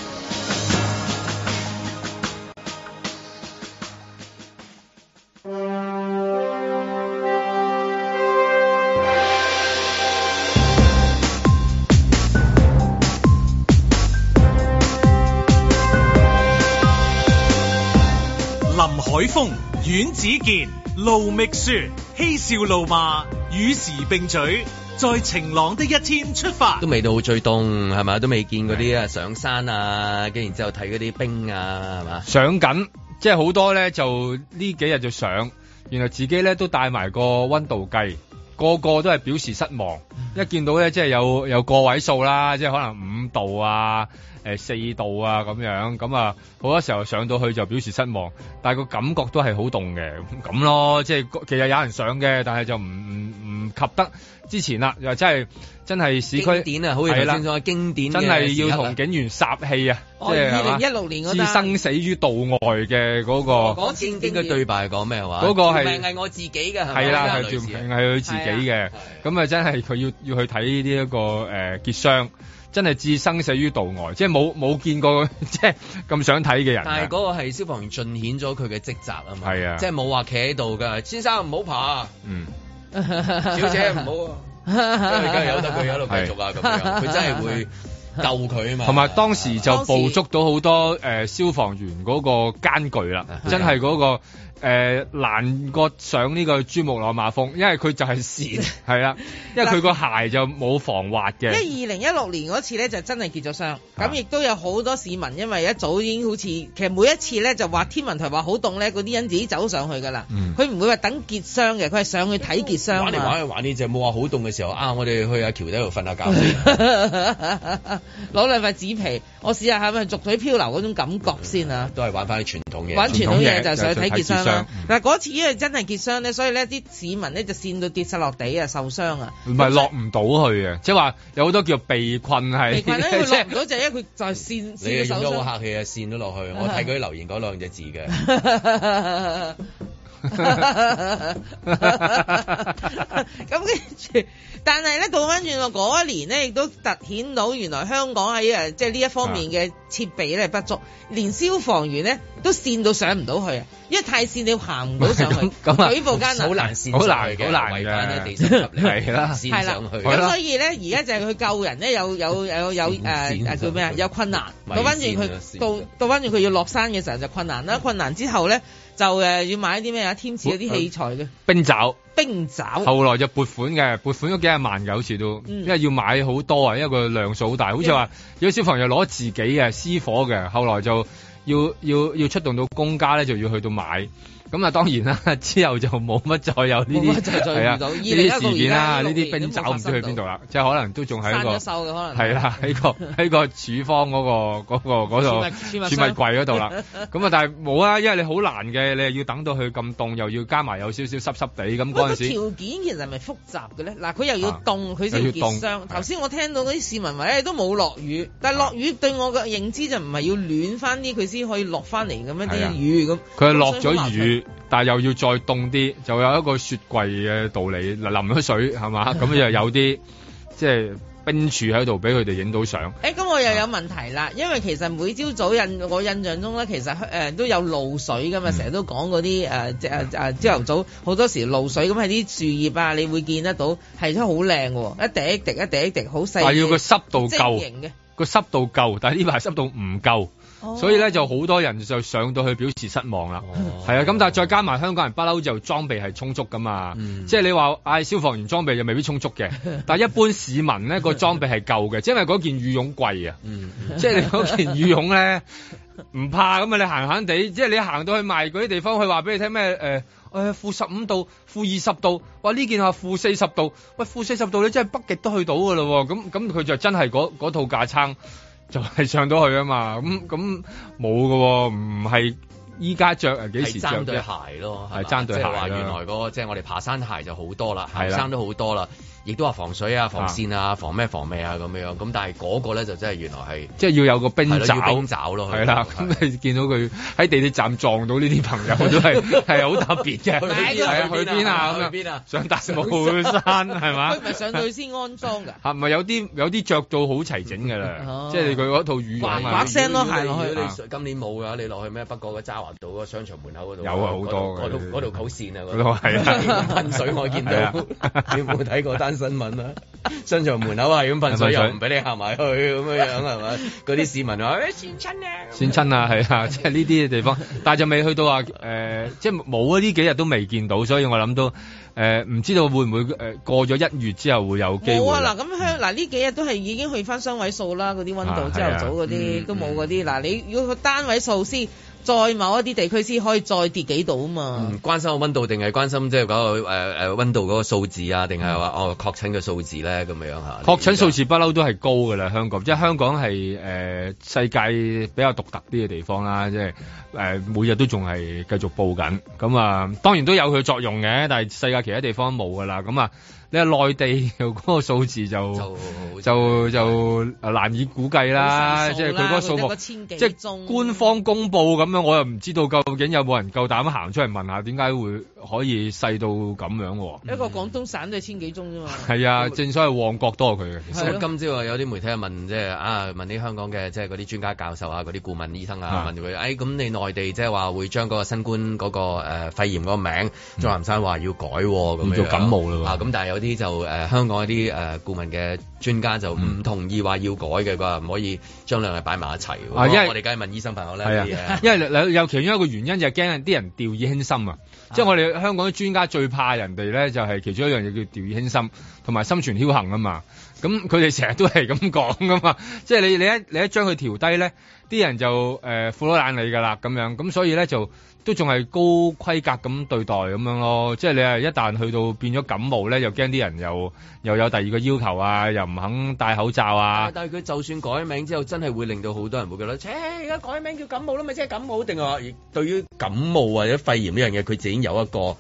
林海峰、阮子健、盧覓雪，嬉笑怒罵，與時並舉，在晴朗的一天出發。
都未到最凍係咪？都未見嗰啲啊上山啊，跟然之後睇嗰啲冰啊係嘛？
上緊，即係好多咧就呢幾日就上，然後自己咧都帶埋個温度計，個個都係表示失望。
嗯
一見到咧即係有有個位數啦，即係可能五度啊。誒四度啊咁樣，咁啊好多時候上到去就表示失望，但係個感覺都係好凍嘅咁咯，即係其實有人上嘅，但係就唔唔唔及得之前啦，又真係真係市區
經典啊，好似頭先所講經典嘅啊
真係要同警員煞氣啊！即
哦，
係係
二
嘛
零一六年嗰
置
單
生死於度外嘅嗰個，
嗰次經嘅對白係講咩話？
哦嗰個係
條命係我自己嘅係咪
係啦，係
嗰
啊
個
條
女士啊
命係佢自己
係
嘅，咁啊真係佢要要去睇呢一個誒結霜，真係置生死於度外，即係冇冇見過 [LAUGHS] 即係咁想睇嘅人
但係
啊。
嗰個係消防員盡顯咗佢嘅職責啊嘛，
係啊
即係冇話企喺度㗎，先生唔好爬啊，
嗯， [LAUGHS]
小姐
[LAUGHS]
唔好啊，跟住梗係由得佢一路繼續啊咁樣，佢真係會救佢啊嘛，
同埋當時就捕捉到好多誒、呃消防員嗰個艱巨啦，真啊係嗰、個誒、呃、難過上呢個珠穆朗瑪峰，因為佢就係
[LAUGHS]
跣，係啦，因為佢個鞋就冇防滑
因為
嘅，
二零一六年嗰次咧就真係結咗霜，咁亦都有好多市民因為一早已經好似其實每一次咧就話天文台話好凍咧，嗰啲人自己走上去㗎啦，佢唔會話等結霜嘅，佢係上去睇結霜
玩嚟玩去
啊
玩呢隻，冇話好凍嘅時候啊，我哋去阿橋底度瞓下覺
[LAUGHS]
先。
嘛，攞兩塊紙皮，我試下係咪逐水漂流嗰種感覺先啊！
都係玩翻啲傳統嘢，
玩傳統嘢就上去睇結嗯霜啦。嗱嗰次因為真係結霜咧，所以咧啲市民咧就跣到跌晒落地啊，受傷啊。
唔係落唔到去嘅，即係話有好多叫被困係，[LAUGHS]
但咧佢
即
落
係
唔到就係因為佢就係跣
你又用
跣到受
咗
傷。
好客氣啊，線咗落去。我睇佢啲留言嗰兩隻字嘅，
咁跟住，但係咧倒翻轉喎，嗰一年咧亦都突顯到原來香港喺誒即係呢一方面
啊
嘅設備咧不足，連消防員咧都跣到上唔到去啊，因為太跣你行唔到上去，
[LAUGHS] 咁啊，
舉步艱難，
好難線
好難
嘅，
好難
違
嘅
反咗地心吸力，
係啦
線上去，
咁所以咧，而家就係佢救人咧，有有有有誒誒叫咩啊？有困難，
迷
倒翻轉
線啊線
佢到到翻轉佢要落山嘅時候就困
嗯
難啦。困難之後咧，就誒要買啲咩啊？添置嗰啲器材嘅
冰爪。
冰爪。
嗯後來就撥款嘅，撥款咗幾廿萬嘅，好似都，
嗯
因為要買好多啊，因為個量數好大，好似話有啲消防又攞自己嘅私伙嘅，後來就要要要出動到公家咧，就要去到買。咁啊，當然啦， [LAUGHS] 之後就冇乜再有呢
冇
啲
乜再再
係啊
遇到
呢
2016
啲事件啦，
年啊
呢啲
都冇
冰爪唔知
發生
去邊度啦，即係可能都仲喺一個
散咗手嘅可能
係啊啦，喺個喺個處方嗰個嗰個嗰度
儲物儲物箱
儲物櫃嗰度啦。
[LAUGHS]
咁啊，但係冇啊，因為你好難嘅，你又要等到佢咁凍，又要加埋有少少濕濕地咁嗰
不過
陣
個
時。
條件其實係咪複雜嘅咧？嗱，佢又要
啊
凍，佢先
又要
結
凍
霜。頭先我聽到嗰啲市民話誒都冇落雨，但係落
啊
雨對我嘅認知就唔係要暖翻啲佢先可以落翻嚟咁樣
係啊
啲雨咁。
佢係落
咁所以
咗
好麻煩
雨，但係又要再凍啲，就有一個雪櫃嘅道理，淋咗水
[LAUGHS]
係嘛，咁又有啲即係冰柱喺度俾佢哋影到相。
誒，咁我又有問題啦，因為其實每朝早印我印象中咧，其實誒、呃都有露水噶嘛，
嗯
成日都講嗰啲誒即誒誒朝頭早好多時露水咁喺啲樹葉啊，你會見得到係真係好靚喎，一滴一滴一滴一滴好細
但
嘅，
係要個濕度夠
晶瑩嘅，
個濕度夠，但係呢排濕度唔夠。
哦
所以咧就好多人就上到去表示失望啦，係啊，咁但係再加埋香港人不嬲就裝備係充足噶嘛，即係你話嗌消防員裝備就未必充足嘅，但係一般市民咧個裝備係夠嘅，即係因為嗰件羽絨貴
嗯
啊，
嗯 [LAUGHS]
即係你嗰件羽絨咧唔怕咁啊，你閒閒地，即係你行到去賣嗰啲地方，佢話俾你聽咩誒誒負十五度、負二十度，哇呢件係負四十度，喂負四十度你真係北極都去到㗎咯喎，咁咁佢就真係嗰嗰套架撐。就係上到去啊嘛，咁咁冇㗎喎，唔係依家着啊幾時
係
着
爭
啫
對鞋咯，係
係爭對鞋
即係話原來
啦。
嗰個即係我哋爬山鞋就好多啦，
係
行
啦
山都好多啦，亦都話防水啊、防跣啊、防咩防咩啊咁樣。咁但係嗰個咧就真係原來係
即係要有個冰
係咯
爪，
要冰爪咯
係啦。咁你見到佢喺地鐵站撞到呢啲朋友都係係好特別嘅，
[LAUGHS] 去邊
係
啊
啊，
去
去
邊
邊
啊
啊咁樣，
去邊啊
上大帽山係嘛？啊
[LAUGHS] 佢唔係上到去先安
[LAUGHS]
裝㗎，
係咪有啲有啲着到好齊整㗎啦
哦？
即係佢嗰套羽絨
刮
啊，啊
如果你今年冇㗎，你落去咩北角嘅渣華道嗰個商場門口嗰度，
有啊好多
嗰度
嘅
嗰度狗線啊，
嗰度係啊
[LAUGHS]
噴水我見
[LAUGHS]
到
係啊，
你有冇睇過單新聞啊？ [LAUGHS] 商場門口係咁噴水，
噴水
又唔俾你行埋去咁樣樣
[LAUGHS]
係咪？嗰啲市民話：誒跣親啊！
先親啊，係啊，即係呢啲嘅地方，但係就未去到話誒、呃即係冇啊！呢幾日都未見到，所以我諗到誒，呃唔、知道會唔會誒、呃、過咗一月之後會有機
冇
會
啊！
啦。嗯
嗱，咁香嗱呢幾日都係已經去翻雙位數啦，嗰啲温度
啊
朝頭早
係
嗰啲
啊
都冇嗰啲。嗱，你要個單位數先，再某一啲地區先可以再跌幾度啊嘛。
嗯
唔關心個温度定係關心即係嗰個誒誒温度嗰個數字啊，定係話哦確診嘅數字咧咁樣樣嚇。
確診數字不嬲都係高㗎啦，香港即係香港係誒、呃世界比較獨特啲嘅地方啦，即係誒、呃每日都仲係繼續報緊，咁啊當然都有佢作用嘅，但係世界其他地方冇㗎啦，咁啊你話內地 [LAUGHS] 嗰個數字就就就難以估計啦，啊即係佢嗰個數
得
目
個。千幾
即
宗
係官方公佈咁樣，我又唔知道究竟有冇人夠膽行出嚟問下點解會可以細到咁樣喎？
一個廣東省都係千幾宗啫嘛。
係啊，正所謂旺角多過佢嘅，其
咁
實
今朝啊有啲媒體問即係啊問啲香港嘅即係嗰啲專家教授啊嗰啲顧問醫生啊
啊
問佢，誒咁你內地即係話會將嗰個新冠嗰個誒肺炎嗰個名，鍾南山話要改喎咁樣
要做感冒嘞喎
啊咁但係有啲就誒香港一啲誒顧問嘅專家就
嗯
唔同意話要改嘅，佢話唔可以將兩樣擺埋一齊喎。
啊因為
我哋梗係問醫生朋友啦，呢啲
係
嘢
啊，因為有有其中一個原因就係驚啲人掉以輕心啊，即係我哋香港啲專家最怕人哋咧，就係其中一樣嘢叫掉以輕心，同埋心存僥倖啊嘛。咁佢哋成日都係咁講噶嘛，即係你你一你一將佢調低咧，啲人就呃誒負咗懶你㗎啦咁樣，咁所以咧就都仲係高規格咁對待咁樣咯。即係你係一旦去到變咗感冒咧，又驚啲人又又有第二個要求啊，又唔肯戴口罩啊。
但係佢就算改名之後，真係會令到好多人會覺得，切而家改名叫感冒啦，咪即係感冒定係話對於感冒或者肺炎呢樣嘢，佢自己有一個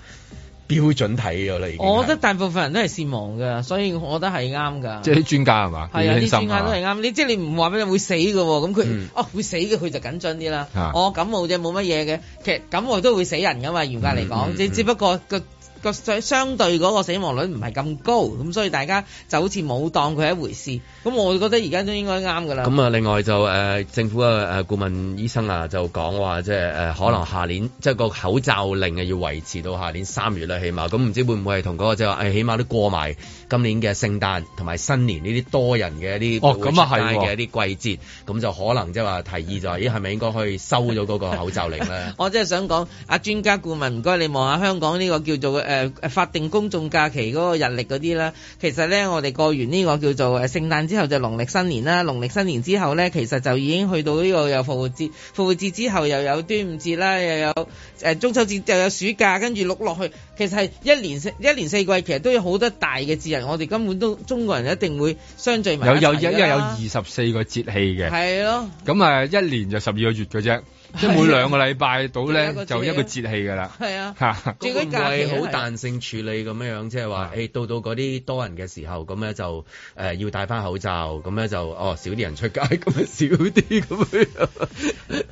標準睇咗啦，已經係。
[LAUGHS] 我覺得大部分人都係視盲㗎，所以我覺得係啱㗎。
即係啲專家係嘛？
係啊，啲專家都係
啱。
啱。你即係你唔話俾你會死嘅喎，咁佢、
嗯
哦會死嘅，佢就緊張啲啦。
啊
我感冒啫，冇乜嘢嘅。其實感冒都會死人噶嘛，嚴格嚟
嗯
講，
嗯
只、
嗯
只不過個。個相相對嗰個死亡率唔係咁高，咁所以大家就好似冇當佢係一回事。咁我覺得而家都應該啱㗎啦。？
咁啊，另外就誒、呃政府嘅誒、呃、顧問醫生啊，就講話即係誒可能下
嗯
年即係個口罩令啊，要維持到下年三月啦，起碼咁唔知會唔會係同嗰個即係話誒，起碼都過埋今年嘅聖誕同埋新年呢啲多人嘅一啲
哦咁啊係喎
會出街嘅一啲季節，咁就可能即係話提議就係咦係咪應該去收咗嗰個口罩令咧
我真係想講，阿專家顧問唔該，你望下香港呢個叫做誒、呃、法定公眾假期嗰個日曆嗰啲啦。其實咧，我哋過完呢個叫做誒聖誕之後就農曆新年啦，農曆新年之後咧，其實就已經去到呢個又復活節，復活節之後又有端午節啦，又有誒、呃中秋節，又有暑假，跟住碌落去，其實係一年四一年四季，其實都有好多大嘅節日，我哋根本都中國人一定會相聚埋
有有
一齊
一
㗎
因為有
啦
二十四個節氣嘅，
係咯。
咁啊一年就十二個月嘅啫，即係每兩個禮拜到咧就一個節氣㗎啦。
係啊
嚇
咁會唔會好彈性處理咁樣樣，即係
啊
話誒到到嗰啲多人嘅時候，咁咧就誒、呃要戴翻口罩，咁咧就哦少啲人出街， [LAUGHS] 咁咪少啲咁樣，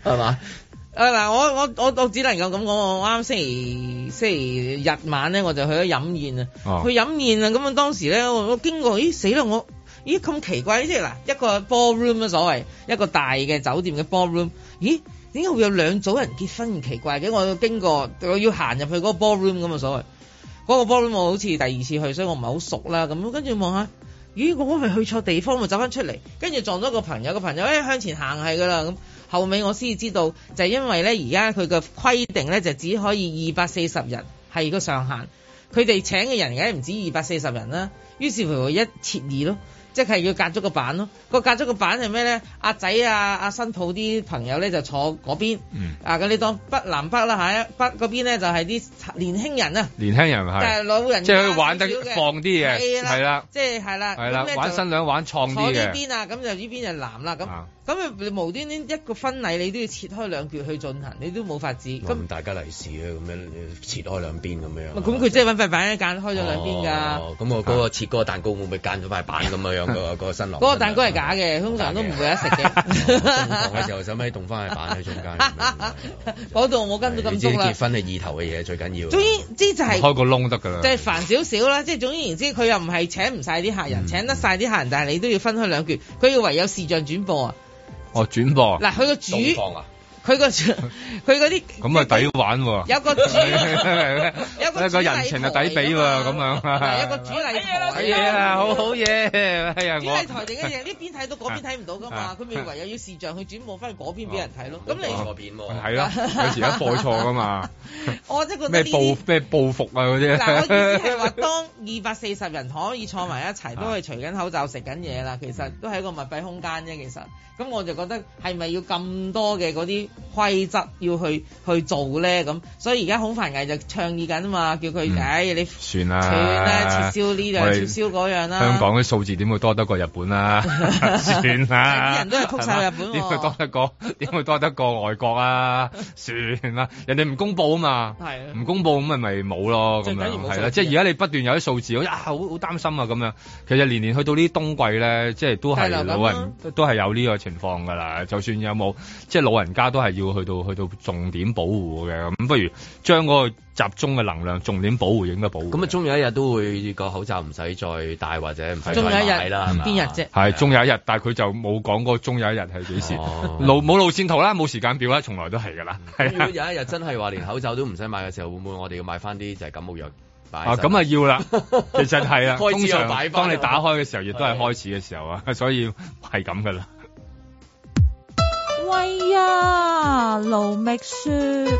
係嘛？
啊嗱，我我我我只能夠咁講，我啱星期星期日晚咧，我就去咗飲宴啊，
哦
去飲宴啊，咁啊當時咧，我我經過，咦死啦我，咦咁奇怪，即係嗱一個 ballroom 啊所謂，一個大嘅酒店嘅 ballroom，咦點解會有兩組人結婚咁奇怪嘅？我經過，我要行入去嗰個 ballroom 咁啊所謂。嗰個 ballroom 我好似第二次去，所以我唔係好熟啦。咁跟住望下，咦，我咪去錯地方，咪走翻出嚟，跟住撞咗個朋友，個朋友誒、哎向前行係噶啦咁。後尾我先至知道，就係、因為咧而家佢嘅規定咧就只可以二百四十人係個上限，佢哋請嘅人梗係唔止二百四十人啦。於是乎佢一切二咯。即係要隔咗個板咯，個隔咗個板係咩咧？阿仔啊、阿新抱啲朋友咧就坐嗰邊，
嗯
啊咁你當北南北啦嚇，北嗰邊咧就係啲年輕人啊，
年輕人係，
但係老人
即係
家
佢玩得
少少嘅
放啲嘅，係
係
啦
啦，，即係係啦，
係啦
咁咧，就
玩新娘玩創
坐
啲嘅，
呢邊啊，咁就呢邊就男啦，咁
啊
咁啊無端端一個婚禮你都要切開兩橛去進行，你都冇法子。咁
嗯
咁大家利是啊，咁樣切開兩邊咁樣。
咁佢即係揾塊板一間開咗兩邊㗎。啊
哦咁我嗰個切嗰個蛋糕會唔會間咗塊板咁樣樣嗰個嗰個新郎？哦
嗰個蛋糕係假
哦
嘅，通常都唔會有得食嘅。
嘅時候使咪動翻塊板喺中間？
嗰度我冇 [LAUGHS] 跟到
你
咁
知
足啦
結。婚係意頭嘅嘢最緊要。
總之之就係
個窿得㗎啦
即係煩少少啦，即係總而言之，佢又唔係請唔晒啲客
嗯
人，請得晒啲客人，但係你都要分開兩橛，佢要唯有視像轉播啊！
哦轉播，
嗱佢個主
東方啊
佢個
[LAUGHS]
佢嗰啲
咁啊抵玩喎，[LAUGHS]
有個主有個主
個人情啊抵俾喎，咁樣
啊有個主禮台，
好嘢啊，好好嘢，哎呀
主
我
禮台定嘅嘢，呢邊睇到嗰邊睇唔到㗎
啊
嘛，佢咪唯有要視像去轉播翻去嗰邊俾人睇咯。咁你
哦
錯片喎，
係啦，有時一播錯㗎
[LAUGHS]
嘛，
我真係覺得
咩
呢啲
報咩報復啊嗰
嗱，我意思
啲
係話，當二百四十人可以坐埋一齊，
啊
都係除緊口罩食緊嘢啦，其實都係一個密閉空間啫。其實，咁我就覺得係咪要咁多嘅嗰啲規則要去去做咧？咁所以而家孔繁毅就倡議緊啊嘛，叫佢，唉，你
算啦，
斷啦，撤銷呢
嗯我
樣，撤
哋
銷嗰樣啦。
香港啲數字點會多得過日本
[LAUGHS]
啦？算啦，
啲人都係撲晒日本喎
點會多得過？點會多得過外國
[LAUGHS]
啊？算啦，人哋唔公佈啊嘛，
係啊
唔公佈咁咪咪冇咯，咁
最緊要
樣
冇數字
係啦。即係而家你不斷有啲數字，好似啊好好擔心啊咁樣。其實年年去到呢啲冬季咧，即係都係
大流感
老
啦
人都係有呢個情況㗎啦。就算有冇即係老人家都係要去到去到重點保護嘅，咁不如將嗰個集中嘅能量重點保護應該保護。
咁啊，終有一日都會個口罩唔使再戴或者唔使再
仲有一日
買啦，係嘛
邊日
[LAUGHS]
啫？
係終有一日，但係佢就冇講過終有一日係幾時，路冇路線圖啦，冇時間表啦，從來都係㗎啦，
咁如
係
果
啊。
有一日真係話連口罩都唔使買嘅時候，會唔會我哋要買翻啲就係感冒藥擺喺
啊，
身？
咁啊要啦，其實係啦，
開
通
始又擺
常
返
當你打開嘅時候，亦都係開始嘅時候啊，所以係咁㗎啦。
喂呀，盧覓雪。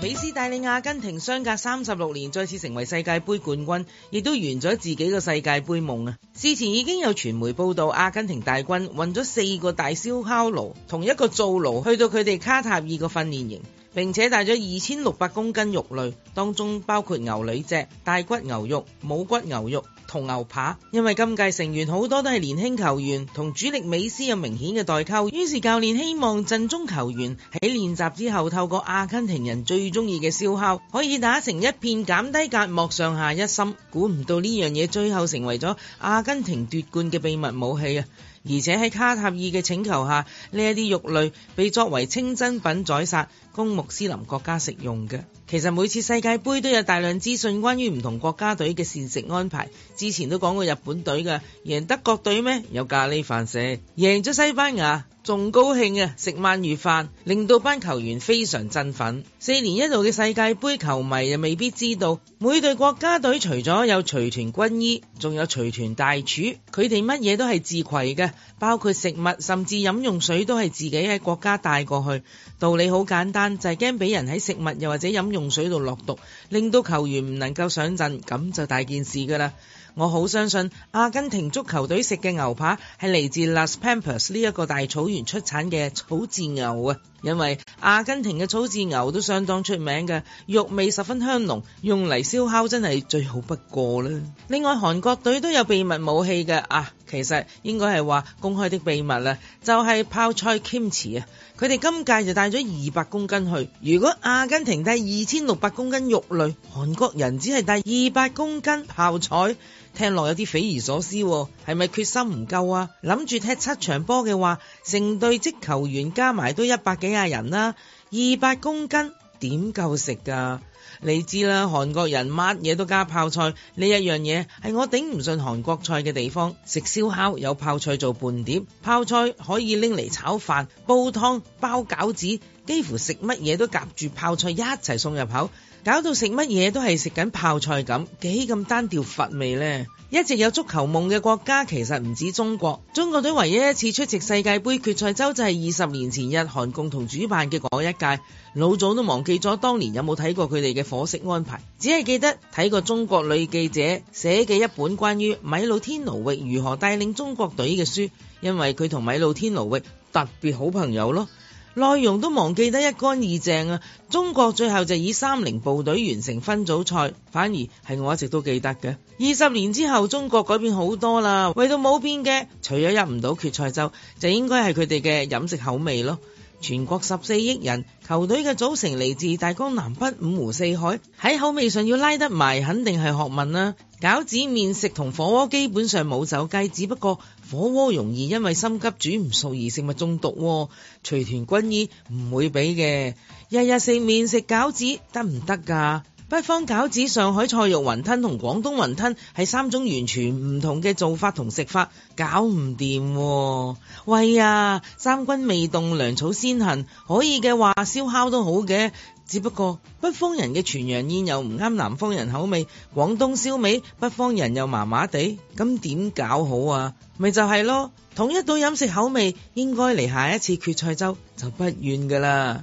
美斯帶領阿根廷相隔三十六年再次成為世界盃冠軍，亦都完咗自己嘅世界盃夢啊！事前已經有傳媒報道，阿根廷大軍運咗四個大燒烤爐同一個灶爐去到佢哋卡塔爾個訓練營，並且帶咗二千六百公斤肉類，當中包括牛裏脊、大骨牛肉、冇骨牛肉、
同牛扒，因為今屆成員好多都係年輕球員，同主力美斯有明顯嘅代溝，於是教練希望陣中球員喺練習之後透過阿根廷人最中意嘅燒烤，可以打成一片，減低隔膜上下一心。估唔到呢樣嘢最後成為咗阿根廷奪冠嘅秘密武器啊！而且喺卡塔爾嘅請求下，呢一啲肉類被作為清真品宰殺，供穆斯林國家食用嘅。其實每次世界盃都有大量資訊關於唔同國家隊嘅膳食安排。之前都講過日本隊㗎，贏德國隊咩？有咖喱飯食，贏咗西班牙。仲高興啊！食鰻魚飯，令到班球員非常振奮。四年一度嘅世界盃，球迷又未必知道，每隊國家隊除咗有隨團軍醫，仲有隨團大廚，佢哋乜嘢都係自攜嘅，包括食物甚至飲用水都係自己喺國家帶過去。道理好簡單，就係驚俾人喺食物又或者飲用水度落毒，令到球員唔能夠上陣，咁就大件事㗎啦。我好相信阿根廷足球隊食嘅牛扒係嚟自 Las Pampas 呢一個大草原出產嘅草飼牛啊，因為阿根廷嘅草飼牛都相當出名嘅，肉味十分香濃，用嚟燒烤真係最好不過啦。另外韓國隊都有秘密武器嘅啊，其實應該係話公開的秘密啦，就係、是、泡菜 kimchi 啊。佢哋今屆就帶咗二百公斤去，如果阿根廷帶二千六百公斤肉類，韓國人只係帶二百公斤泡菜。聽落有啲匪夷所思喎，係咪決心唔夠啊？諗住踢七場波嘅話，成隊職球員加埋都一百幾廿人啦，二百公斤點夠食㗎？你知啦，韓國人乜嘢都加泡菜，呢一樣嘢係我頂唔順韓國菜嘅地方。食燒烤有泡菜做伴碟，泡菜可以拎嚟炒飯、煲湯、包餃子，幾乎食乜嘢都夾住泡菜一齊送入口。搞到食乜嘢都係食緊泡菜咁，幾咁單調乏味呢？一直有足球夢嘅國家其實唔止中國，中國隊唯一一次出席世界盃決賽周就係二十年前日韓共同主辦嘅嗰一屆，老早都忘記咗當年有冇睇過佢哋嘅伙食安排，只係記得睇過中國女記者寫嘅一本關於米魯天奴域如何帶領中國隊嘅書，因為佢同米魯天奴域特別好朋友咯。內容都忘記得一乾二淨啊！中國最後就以三零部隊完成分組賽，反而係我一直都記得嘅。二十年之後，中國改變好多啦，為到冇變嘅，除咗入唔到決賽周，就應該係佢哋嘅飲食口味咯。全國十四億人，球隊嘅組成嚟自大江南北五湖四海，喺口味上要拉得埋，肯定係學問啦。餃子、麵食同火鍋基本上冇走雞，只不過火鍋容易因為心急煮唔熟而食物中毒喎。隨團軍醫唔會俾嘅，日日食麵食餃子得唔得㗎？北方餃子、上海菜肉雲吞同廣東雲吞係三種完全唔同嘅做法同食法，搞唔掂喎。喂呀，三軍未動，糧草先行，可以嘅話燒烤都好嘅。只不過北方人嘅全羊宴又唔啱南方人口味，廣東燒味北方人又麻麻地，咁點搞好啊？咪就係咯，統一到飲食口味，應該嚟下一次決賽周就不遠㗎啦。